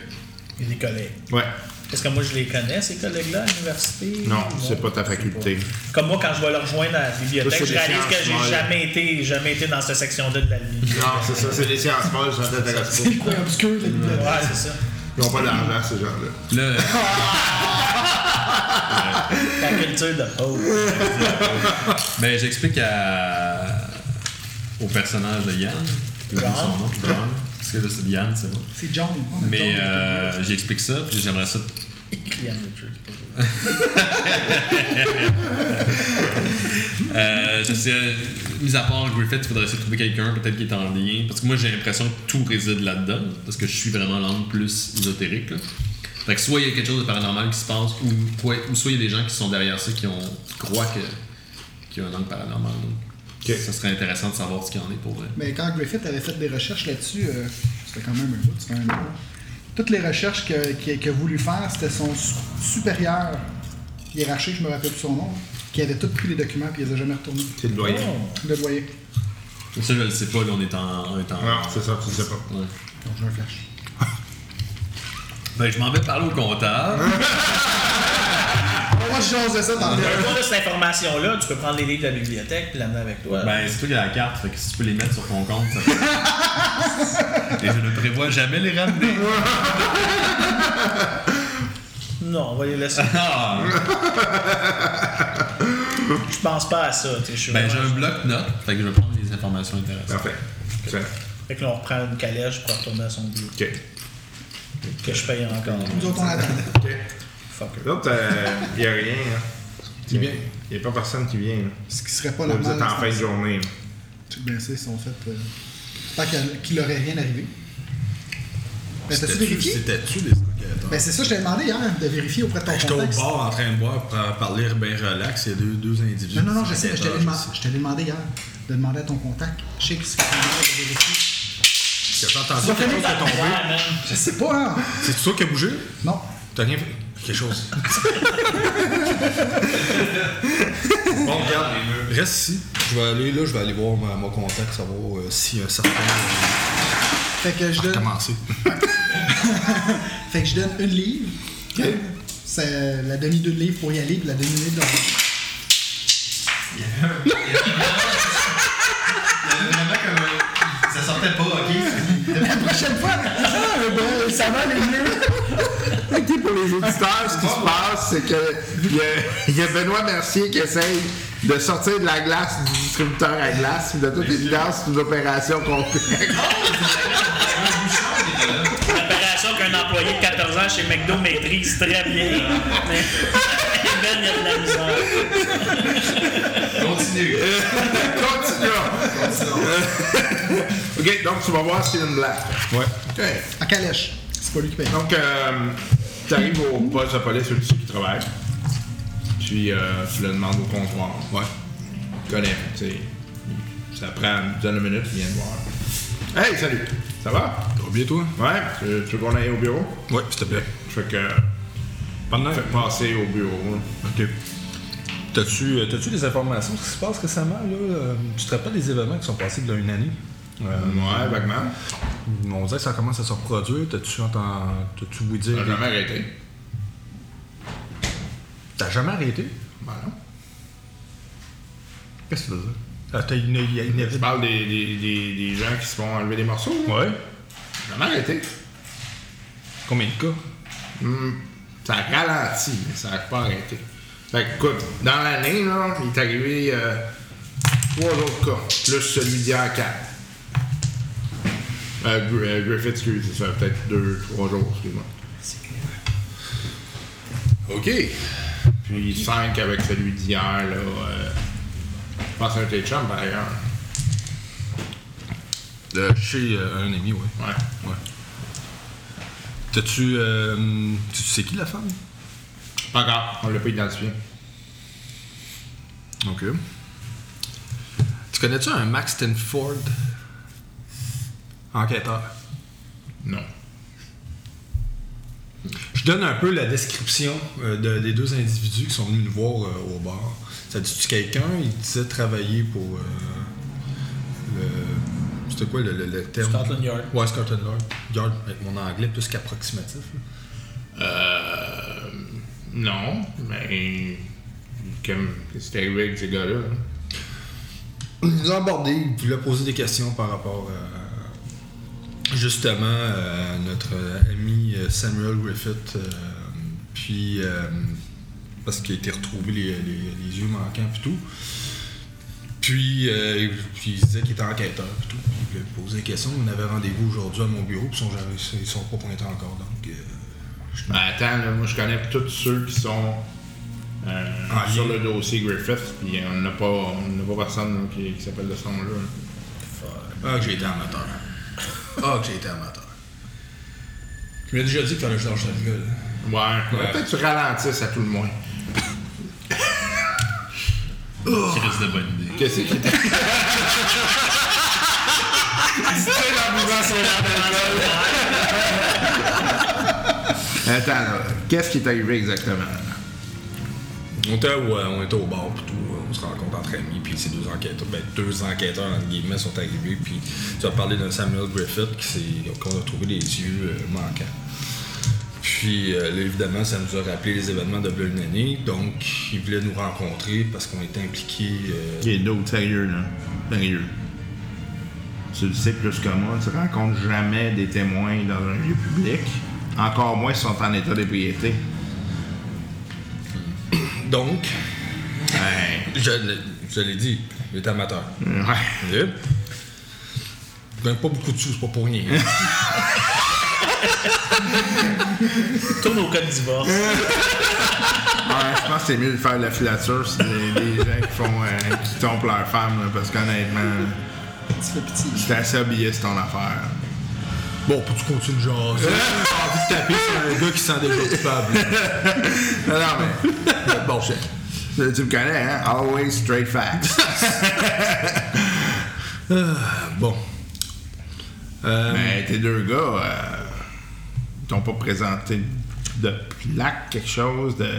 Speaker 2: Et des collègues.
Speaker 3: Ouais.
Speaker 2: Est-ce que moi je les connais, ces collègues-là, à l'université?
Speaker 3: Non, c'est pas ta faculté.
Speaker 2: Comme moi, quand je vais le rejoindre à la bibliothèque,
Speaker 3: Ça, c'est
Speaker 2: je
Speaker 3: des
Speaker 2: réalise que
Speaker 3: sciences
Speaker 2: j'ai
Speaker 3: molles.
Speaker 2: jamais été, jamais été dans cette section-là de la bibliothèque.
Speaker 3: Non, c'est ça, c'est des sciences molles, ça t'intéresse pas.
Speaker 5: C'est obscur, la bibliothèque.
Speaker 2: Ouais, c'est ça.
Speaker 3: Ils n'ont pas d'argent, ces gens-là.
Speaker 6: Là, euh,
Speaker 2: La culture de oh.
Speaker 6: ben, j'explique à... au personnage de Yann. j'ai oublié
Speaker 2: John.
Speaker 6: Son nom, John. Parce que là, c'est Yann, c'est bon.
Speaker 5: C'est John. on a
Speaker 6: Mais
Speaker 5: John.
Speaker 6: euh, j'explique ça, puis j'aimerais ça. euh, je sais, euh, mis à part Griffith, il faudrait essayer de trouver quelqu'un peut-être qui est en lien. Parce que moi, j'ai l'impression que tout réside là-dedans. Parce que je suis vraiment l'âme plus ésotérique. là. Fait que soit il y a quelque chose de paranormal qui se passe, ou, quoi- ou soit il y a des gens qui sont derrière ça qui, ont, qui croient que- qu'il y a un angle paranormal. Donc, ça serait intéressant de savoir ce qu'il y en est pour vrai.
Speaker 5: Mais quand Griffith avait fait des recherches là-dessus, euh, c'était quand même un bout, c'était un bout. Toutes les recherches que- qu'il qu'il a voulu faire, c'était son su- supérieur hiérarchique, je me rappelle plus son nom, qui avait tout pris les documents puis il les a jamais retournés. Oh.
Speaker 3: C'est le doyen.
Speaker 5: Le doyer.
Speaker 6: Ça, je le sais pas, là, on est en. on est en-
Speaker 3: Non, c'est ça, tu sais pas.
Speaker 6: Ouais.
Speaker 5: Donc j'ai un flash.
Speaker 6: Ben, je m'en vais parler au comptable.
Speaker 5: Moi, je chose de ça dans le
Speaker 2: Au cours de cette information-là, tu peux prendre les livres de la bibliothèque et l'amener avec toi.
Speaker 6: Ben, c'est toi qui as la carte, fait que si tu peux les mettre sur ton compte, ça Et je ne prévois jamais les ramener.
Speaker 2: non, on va les laisser.
Speaker 6: Ah,
Speaker 2: Je pense pas à ça. tu sais, Je suis
Speaker 6: ben, j'ai
Speaker 2: vraiment-
Speaker 6: un bloc-notes, fait que je vais prendre les informations intéressantes.
Speaker 3: Parfait. Excellent.
Speaker 2: Fait que là, on reprend une calèche pour retourner à son bureau.
Speaker 3: OK.
Speaker 2: Que je paye encore.
Speaker 5: Nous autres, on attend.
Speaker 3: OK.
Speaker 2: Fucker.
Speaker 3: L'autre, il n'y a rien. Il n'y a pas personne qui vient. là.
Speaker 5: Ce qui serait pas
Speaker 3: Là,
Speaker 5: normal.
Speaker 3: vous êtes en
Speaker 5: c'est-
Speaker 3: fin de journée. là.
Speaker 5: Toutes blessés sont faites. Euh, pas qu'il qu'il leur est rien arrivé. Ben, t'as-tu vérifié?
Speaker 8: C'était-tu les enquêteurs?
Speaker 5: Ben, c'est ça, je t'ai demandé hier de vérifier auprès de ton
Speaker 8: J'étais au
Speaker 5: contact.
Speaker 8: bar en train de boire pour parler bien relax, il y a deux, deux individus.
Speaker 5: Non, non, non, je sais, mais je t'avais
Speaker 8: enquêteurs,
Speaker 5: demandé,
Speaker 8: je sais.
Speaker 5: je t'avais demandé hier de demander à ton contact. Je sais que c'est de vérifier.
Speaker 8: J'ai entendu quelque chose qui est tombé.
Speaker 5: Je sais pas, hein?
Speaker 8: C'est toi qui a bougé?
Speaker 5: Non.
Speaker 8: T'as rien fait? Quelque chose. bon, regarde, reste ici. Je vais aller là, je vais aller voir ma- mon contact, savoir euh, s'il y a un certain.
Speaker 5: Fait que je
Speaker 8: J'ai
Speaker 5: donne,
Speaker 8: commencé.
Speaker 5: fait que je donne une livre. C'est la demi de livre pour y aller, puis la demi livre dans
Speaker 6: Ça sortait pas,
Speaker 2: Ah.
Speaker 6: ok?
Speaker 5: La prochaine fois, ça va les mieux.
Speaker 3: Ok, pour les auditeurs, ce qui se passe, c'est que il y, a- il y a Benoît Mercier qui essaye de sortir de la glace du distributeur à glace, puis de toute évidence, c'est une opération complète.
Speaker 2: Opération qu'un employé de 14 ans chez McDo maîtrise très bien. Mais Ben, il y a de la misère.
Speaker 6: Continue.
Speaker 3: Continuons! ok, donc tu vas voir s'il y a une blague.
Speaker 8: Ouais.
Speaker 3: Ok.
Speaker 5: En calèche. C'est pas lui qui paye.
Speaker 3: Donc, tu arrives au poste de police où qui travaille, puis euh, tu le demandes au comptoir.
Speaker 8: Ouais.
Speaker 3: Je connais, tu sais. Ça prend une dizaine de minutes, il vient de voir. Hey, salut! Ça va?
Speaker 8: T'as oublié, toi?
Speaker 3: Ouais, tu veux- tu veux qu'on aille au bureau?
Speaker 8: Ouais, s'il te plaît.
Speaker 3: Fait que. Pendant fait passer au bureau. là.
Speaker 8: Ok. T'as-tu euh, t'as-tu des informations sur ce qui se passe récemment, là? Euh, Tu te rappelles des événements qui sont passés de là une année? Euh,
Speaker 3: Ouais, vaguement.
Speaker 8: On dirait que ça commence à se reproduire. T'as-tu entendu. T'as-tu voulu
Speaker 3: T'as
Speaker 8: dire.
Speaker 3: jamais arrêté?
Speaker 8: T'as jamais arrêté?
Speaker 3: Ben non.
Speaker 8: Qu'est-ce que tu veux dire? Ah, t'as une, il y a une,
Speaker 3: Je parle des, des, des, des gens qui se font enlever des morceaux. là.
Speaker 8: Ouais.
Speaker 3: T'as Jamais arrêté.
Speaker 8: Combien de cas?
Speaker 3: Ça a ralenti, mais ça n'a pas arrêté. Fait que, écoute, dans l'année, là, il est arrivé euh, trois autres cas, plus celui d'hier, quatre. Euh, Gr- euh, Griffith, excuse, ça fait peut-être deux, trois jours, excuse-moi.
Speaker 8: OK.
Speaker 3: Puis cinq avec celui d'hier, là. euh, je pense que c'est un de tes chums, par ailleurs.
Speaker 8: Euh, chez euh, un ami, ouais.
Speaker 3: Ouais.
Speaker 8: Ouais. T'as-tu. euh, tu sais qui la femme?
Speaker 3: Pas encore, on l'a pas identifié.
Speaker 8: OK. Tu connais-tu un Max Stanford? Enquêteur.
Speaker 3: Non.
Speaker 8: Je donne un peu la description euh, de- des deux individus qui sont venus nous voir euh, au bar. Ça dit-tu quelqu'un? Il disait travailler pour. euh, le... C'était quoi le, le- le terme?
Speaker 2: Scotland Yard.
Speaker 8: Ouais, Scotland Yard. Yard, avec mon anglais plus qu'approximatif. là.
Speaker 3: Euh. Non, mais. Comme. Qu'est-ce qui est arrivé avec ces gars-là? hein?
Speaker 8: Il nous a abordé, il voulait poser des questions par rapport à justement euh, notre ami euh, Samuel Griffith, euh, puis euh, parce qu'il a été retrouvé les, les- les yeux manquants puis tout. Puis Puis, euh, puis il disait qu'il était enquêteur. puis tout. Puis il lui posait des questions. On avait rendez-vous aujourd'hui à mon bureau. Puis ils sont, jamais- ils sont pas pointés encore. Donc, euh,
Speaker 3: Ben, attends, là, moi je connais tous ceux qui sont euh,
Speaker 8: Ah,
Speaker 3: sur
Speaker 8: il-
Speaker 3: le dossier Griffith, puis on n'a pas, on n'a pas personne là, qui, qui s'appelle de ce nom-là.
Speaker 8: Ah, que j'ai été amateur. Ah, que j'ai été amateur. Je m'ai déjà dit qu'il fallait que je lâche cette gueule.
Speaker 3: Ouais, ouais. peut-être que tu ralentisses à tout le moins.
Speaker 6: Qui reste de bonne idée.
Speaker 3: Qu'est-ce qui était. Attends, là, qu'est-ce qui est arrivé exactement?
Speaker 8: On était, ouais, on était au bar, puis tout. On se rencontre entre amis, puis ces deux enquêteurs, ben, deux enquêteurs, entre guillemets, sont arrivés, puis tu as parlé d'un Samuel Griffith qui s'est- qu'on a trouvé les yeux euh, manquants. Puis, euh, là, évidemment, ça nous a rappelé les événements de v'là une année, donc ils voulaient nous rencontrer parce qu'on était impliqués. euh,
Speaker 3: Il est d'autres, sérieux, là. Sérieux. Tu le sais plus que moi, tu rencontres jamais des témoins dans un lieu public. Encore moins s'ils sont en état d'ébriété.
Speaker 8: Donc,
Speaker 3: Hey.
Speaker 8: je, l'ai- je l'ai dit, j'étais amateur.
Speaker 3: Ouais.
Speaker 8: Yep. Je gagne pas beaucoup de sous, c'est pas pour rien. hein.
Speaker 2: Tourne au code divorce.
Speaker 3: Ouais, je pense que c'est mieux de faire de la filature sur les, les gens qui font euh, qui tombent leur femme, là, parce qu'honnêtement,
Speaker 5: Tu fais pitié.
Speaker 3: j'étais assez habillé, c'est ton affaire.
Speaker 8: Bon, pour tu continues de jaser, j'ai envie de taper sur un gars qui sent déjà coupable.
Speaker 3: Non, non,
Speaker 8: bon, c'est.
Speaker 3: mais tu me connais, hein? Always straight facts.
Speaker 8: Bon. Euh,
Speaker 3: Mais Ben, tes deux gars, euh, ils t'ont pas présenté de plaque, quelque chose de.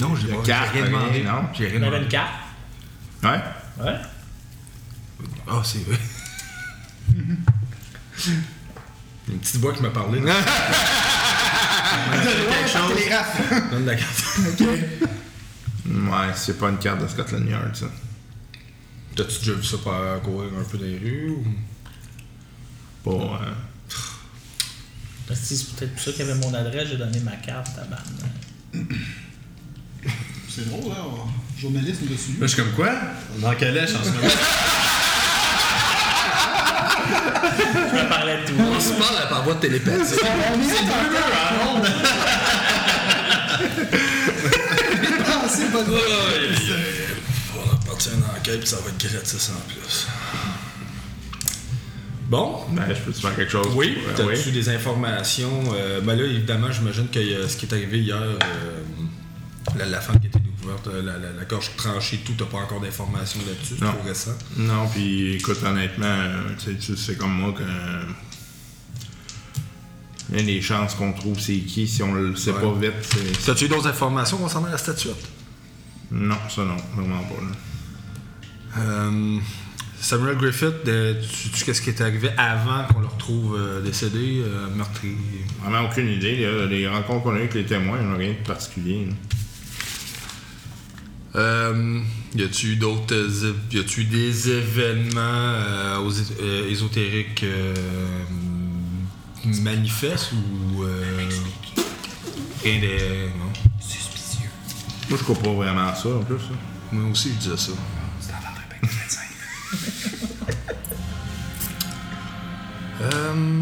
Speaker 8: non, j'ai
Speaker 3: de
Speaker 8: pas- j'ai
Speaker 3: carte,
Speaker 8: rien demandé.
Speaker 3: rien, non?
Speaker 8: J'ai rien
Speaker 2: On avait
Speaker 8: demandé.
Speaker 2: une carte.
Speaker 3: Ouais?
Speaker 2: Ouais.
Speaker 8: Ah, c'est vrai. Une petite voix qui m'a parlé. là.
Speaker 5: Quelque chose.
Speaker 8: Donne la carte.
Speaker 3: Ouais, c'est pas une carte de Scotland Yard, ça.
Speaker 8: T'as-tu déjà vu ça par courir un peu dans les rues ou.
Speaker 3: Pas. euh,
Speaker 2: Parce que C'est peut-être pour ça qu'il y avait mon adresse, j'ai donné ma carte à Banne.
Speaker 5: C'est drôle, hein, là. Journaliste dessus.
Speaker 6: Moi, je suis comme quoi? On est en calèche en ce moment.
Speaker 2: Je me parlais de tout.
Speaker 8: On se parle par voie de
Speaker 5: On
Speaker 8: télépathie.
Speaker 5: est dans le Ah, c'est pas drôle.
Speaker 8: On va partir une enquête puis ça va être gratis en plus. Bon,
Speaker 3: ben, je peux te faire quelque chose?
Speaker 8: Oui,
Speaker 3: Euh,
Speaker 8: t'as-tu
Speaker 3: oui.
Speaker 8: des informations? Euh, ben là, évidemment, j'imagine que euh, ce qui est arrivé hier, euh, la, la femme qui a été découverte, euh, la, la- la gorge tranchée, tout, t'as pas encore d'informations là-dessus, c'est
Speaker 3: Non.
Speaker 8: trop récent.
Speaker 3: Non, puis écoute, honnêtement, euh, tu sais, tu sais comme moi que. euh, Les chances qu'on trouve c'est qui, si on le sait
Speaker 8: Ouais.
Speaker 3: pas vite, c'est.
Speaker 8: T'as-tu eu d'autres informations concernant la statuette?
Speaker 3: Non, ça non, vraiment pas. là.
Speaker 8: Euh, Samuel Griffith, de- tu, tu- qu'est-ce qui est arrivé avant qu'on le retrouve euh, décédé, euh, meurtri?
Speaker 3: Vraiment Ah, aucune idée. là. Les rencontres qu'on a eues avec les témoins, on a rien de particulier. là.
Speaker 8: Euh, y a-tu eu d'autres. euh, Y a-tu eu des événements euh, aux é- euh, ésotériques euh, manifestes ou. euh, rien de. Non.
Speaker 4: Suspicieux.
Speaker 3: Moi, je crois pas vraiment à ça, en plus. là.
Speaker 8: Moi aussi, je disais ça.
Speaker 4: C'est en vendredi avec le médecin.
Speaker 8: Euh,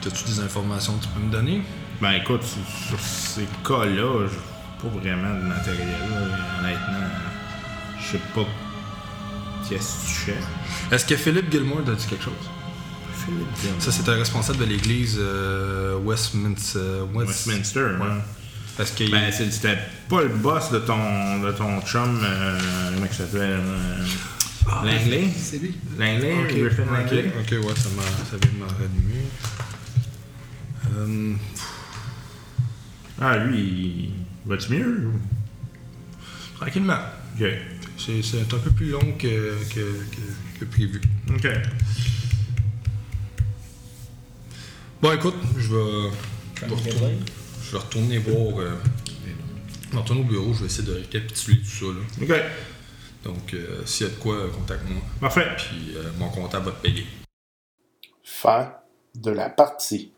Speaker 8: T'as-tu des informations que tu peux me donner?
Speaker 3: Ben écoute, sur sur ces cas-là, j'ai pas vraiment de matériel, là. honnêtement. Je sais pas qu'est-ce que tu cherches.
Speaker 8: Est-ce que Philippe Gilmore t'a dit quelque chose?
Speaker 3: Philippe Gilmore.
Speaker 8: Ça, c'est un responsable de l'église euh, Westminster. West-
Speaker 3: Westminster, hein.
Speaker 8: Parce qu'il.
Speaker 3: Ben, c'est- c'était pas le boss de ton, de ton chum, euh, comment il s'appelle euh, Langley
Speaker 5: C'est lui.
Speaker 3: Langley
Speaker 8: Ok,
Speaker 3: Griffin
Speaker 8: Ben, ok,
Speaker 3: Langley
Speaker 8: ok, ouais, ça, m'a, ça vient de m'en rallumer. Euh,
Speaker 3: Ah, lui, il- va-tu mieux
Speaker 8: tranquillement.
Speaker 3: Ok.
Speaker 8: C'est, c'est un peu plus long que, que- que- que prévu.
Speaker 3: Ok.
Speaker 8: Bon, écoute, je vais, je vais retourner, je vais retourner voir. euh, je vais retourner au bureau, je vais essayer de récapituler tout ça. là.
Speaker 3: Ok.
Speaker 8: Donc, euh, s'il y a de quoi, euh, contacte-moi.
Speaker 3: Parfait.
Speaker 8: Puis euh, mon comptable va te payer.
Speaker 1: Fin de la partie.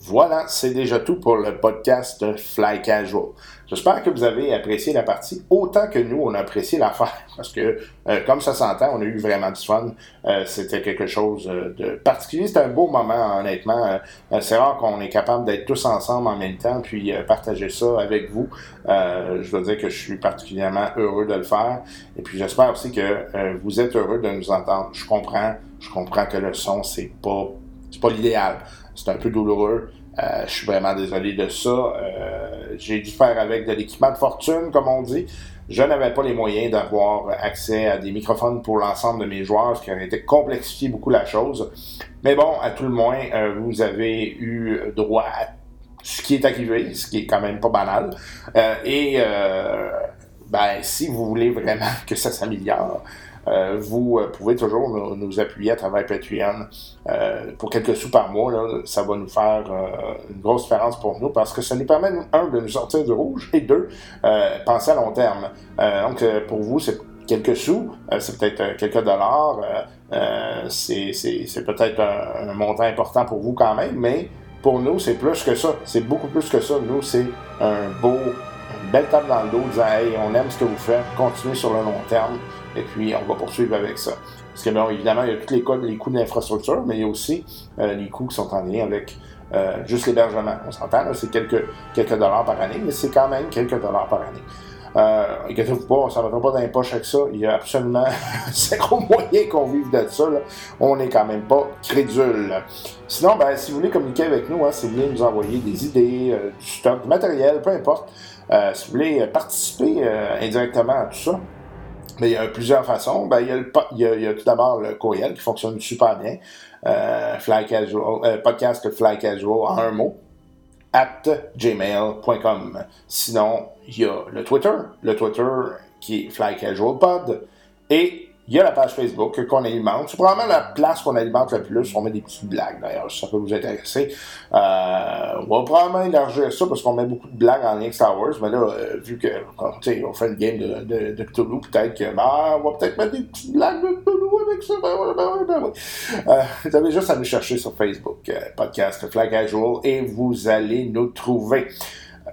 Speaker 1: Voilà, c'est déjà tout pour le podcast Fly Casual. J'espère que vous avez apprécié la partie autant que nous, on a apprécié l'affaire. Parce que, euh, comme ça s'entend, on a eu vraiment du fun. Euh, C'était quelque chose euh, de particulier. C'était un beau moment, honnêtement. Euh, euh, c'est rare qu'on est capable d'être tous ensemble en même temps, puis euh, partager ça avec vous. Euh, je dois dire que je suis particulièrement heureux de le faire. Et puis, j'espère aussi que euh, vous êtes heureux de nous entendre. Je comprends. Je comprends que le son, c'est pas, c'est pas l'idéal. C'est un peu douloureux. Euh, je suis vraiment désolé de ça. Euh, j'ai dû faire avec de l'équipement de fortune, comme on dit. Je n'avais pas les moyens d'avoir accès à des microphones pour l'ensemble de mes joueurs, ce qui aurait été complexifié beaucoup la chose. Mais bon, à tout le moins, euh, vous avez eu droit à ce qui est arrivé, ce qui est quand même pas banal. Euh, et euh, ben, si vous voulez vraiment que ça s'améliore, euh, vous euh, pouvez toujours nous, nous appuyer à travers Patreon euh, pour quelques sous par mois. là, ça va nous faire euh, une grosse différence pour nous parce que ça nous permet, un, de nous sortir du rouge et deux, euh, penser à long terme. Euh, donc, euh, pour vous, c'est quelques sous, euh, c'est peut-être euh, quelques dollars, euh, euh, c'est c'est- c'est peut-être un, un montant important pour vous quand même, mais pour nous, c'est plus que ça. C'est beaucoup plus que ça. Nous, c'est un beau, une belle table dans le dos disant Hey, on aime ce que vous faites, continuez sur le long terme, et puis on va poursuivre avec ça. Parce que, bon, évidemment, il y a tous les coûts, les coûts d'infrastructure, mais il y a aussi euh, les coûts qui sont en lien avec euh, juste l'hébergement. On s'entend, là, c'est quelques, quelques dollars par année, mais c'est quand même quelques dollars par année. Euh, inquiétez-vous pas, ça ne mettra pas dans les poches avec ça. Il y a absolument zéro moyen qu'on vive de ça. là. On n'est quand même pas crédule. Sinon, ben, si vous voulez communiquer avec nous, hein, si vous voulez nous envoyer des idées, euh, du stock, du matériel, peu importe, euh, si vous voulez euh, participer euh, indirectement à tout ça, ben, il y a plusieurs façons. Ben, il, y a le po- il y a- il y a tout d'abord le courriel qui fonctionne super bien. Euh, fly casual, euh, podcast Fly Casual en un mot at gmail.com. Sinon, il y a le Twitter, le Twitter qui est Fly Casual Pod, et il y a la page Facebook qu'on alimente. C'est probablement la place qu'on alimente le plus. On met des petites blagues d'ailleurs, si ça peut vous intéresser. Euh, on va probablement élargir ça parce qu'on met beaucoup de blagues en lien Star Wars, mais là, euh, vu que quand, tu sais, on fait une game de, de, de Cthulhu, peut-être que ben, on va peut-être mettre des petites blagues de Cthulhu avec ça. ben, ouais, ben, ouais, ben, ouais. Euh, vous avez juste à nous chercher sur Facebook, euh, podcast Flag Casual, et vous allez nous trouver.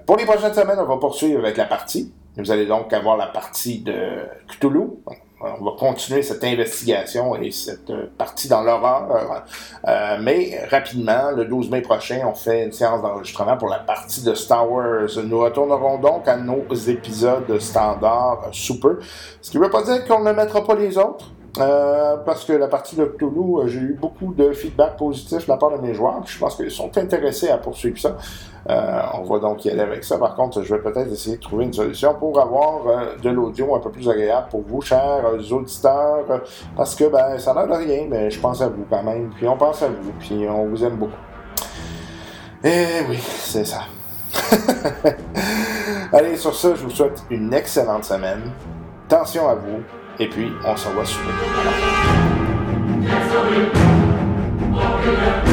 Speaker 1: Pour les prochaines semaines, on va poursuivre avec la partie. Vous allez donc avoir la partie de Cthulhu. On va continuer cette investigation et cette euh, partie dans l'horreur. Euh, mais rapidement, le 12 mai prochain, on fait une séance d'enregistrement pour la partie de Star Wars. Nous retournerons donc à nos épisodes standards euh, sous peu. Ce qui ne veut pas dire qu'on ne mettra pas les autres. Euh, parce que la partie de Cthulhu, euh, j'ai eu beaucoup de feedback positif de la part de mes joueurs. Je pense qu'ils sont intéressés à poursuivre ça. Euh, on va donc y aller avec ça. Par contre, je vais peut-être essayer de trouver une solution pour avoir euh, de l'audio un peu plus agréable pour vous, chers euh, auditeurs, euh, parce que ben ça n'a de rien, mais je pense à vous quand même. Puis on pense à vous, puis on vous aime beaucoup. Eh oui, c'est ça. Allez, sur ça, je vous souhaite une excellente semaine. Tension à vous, et puis on se voit souper.
Speaker 12: Walking up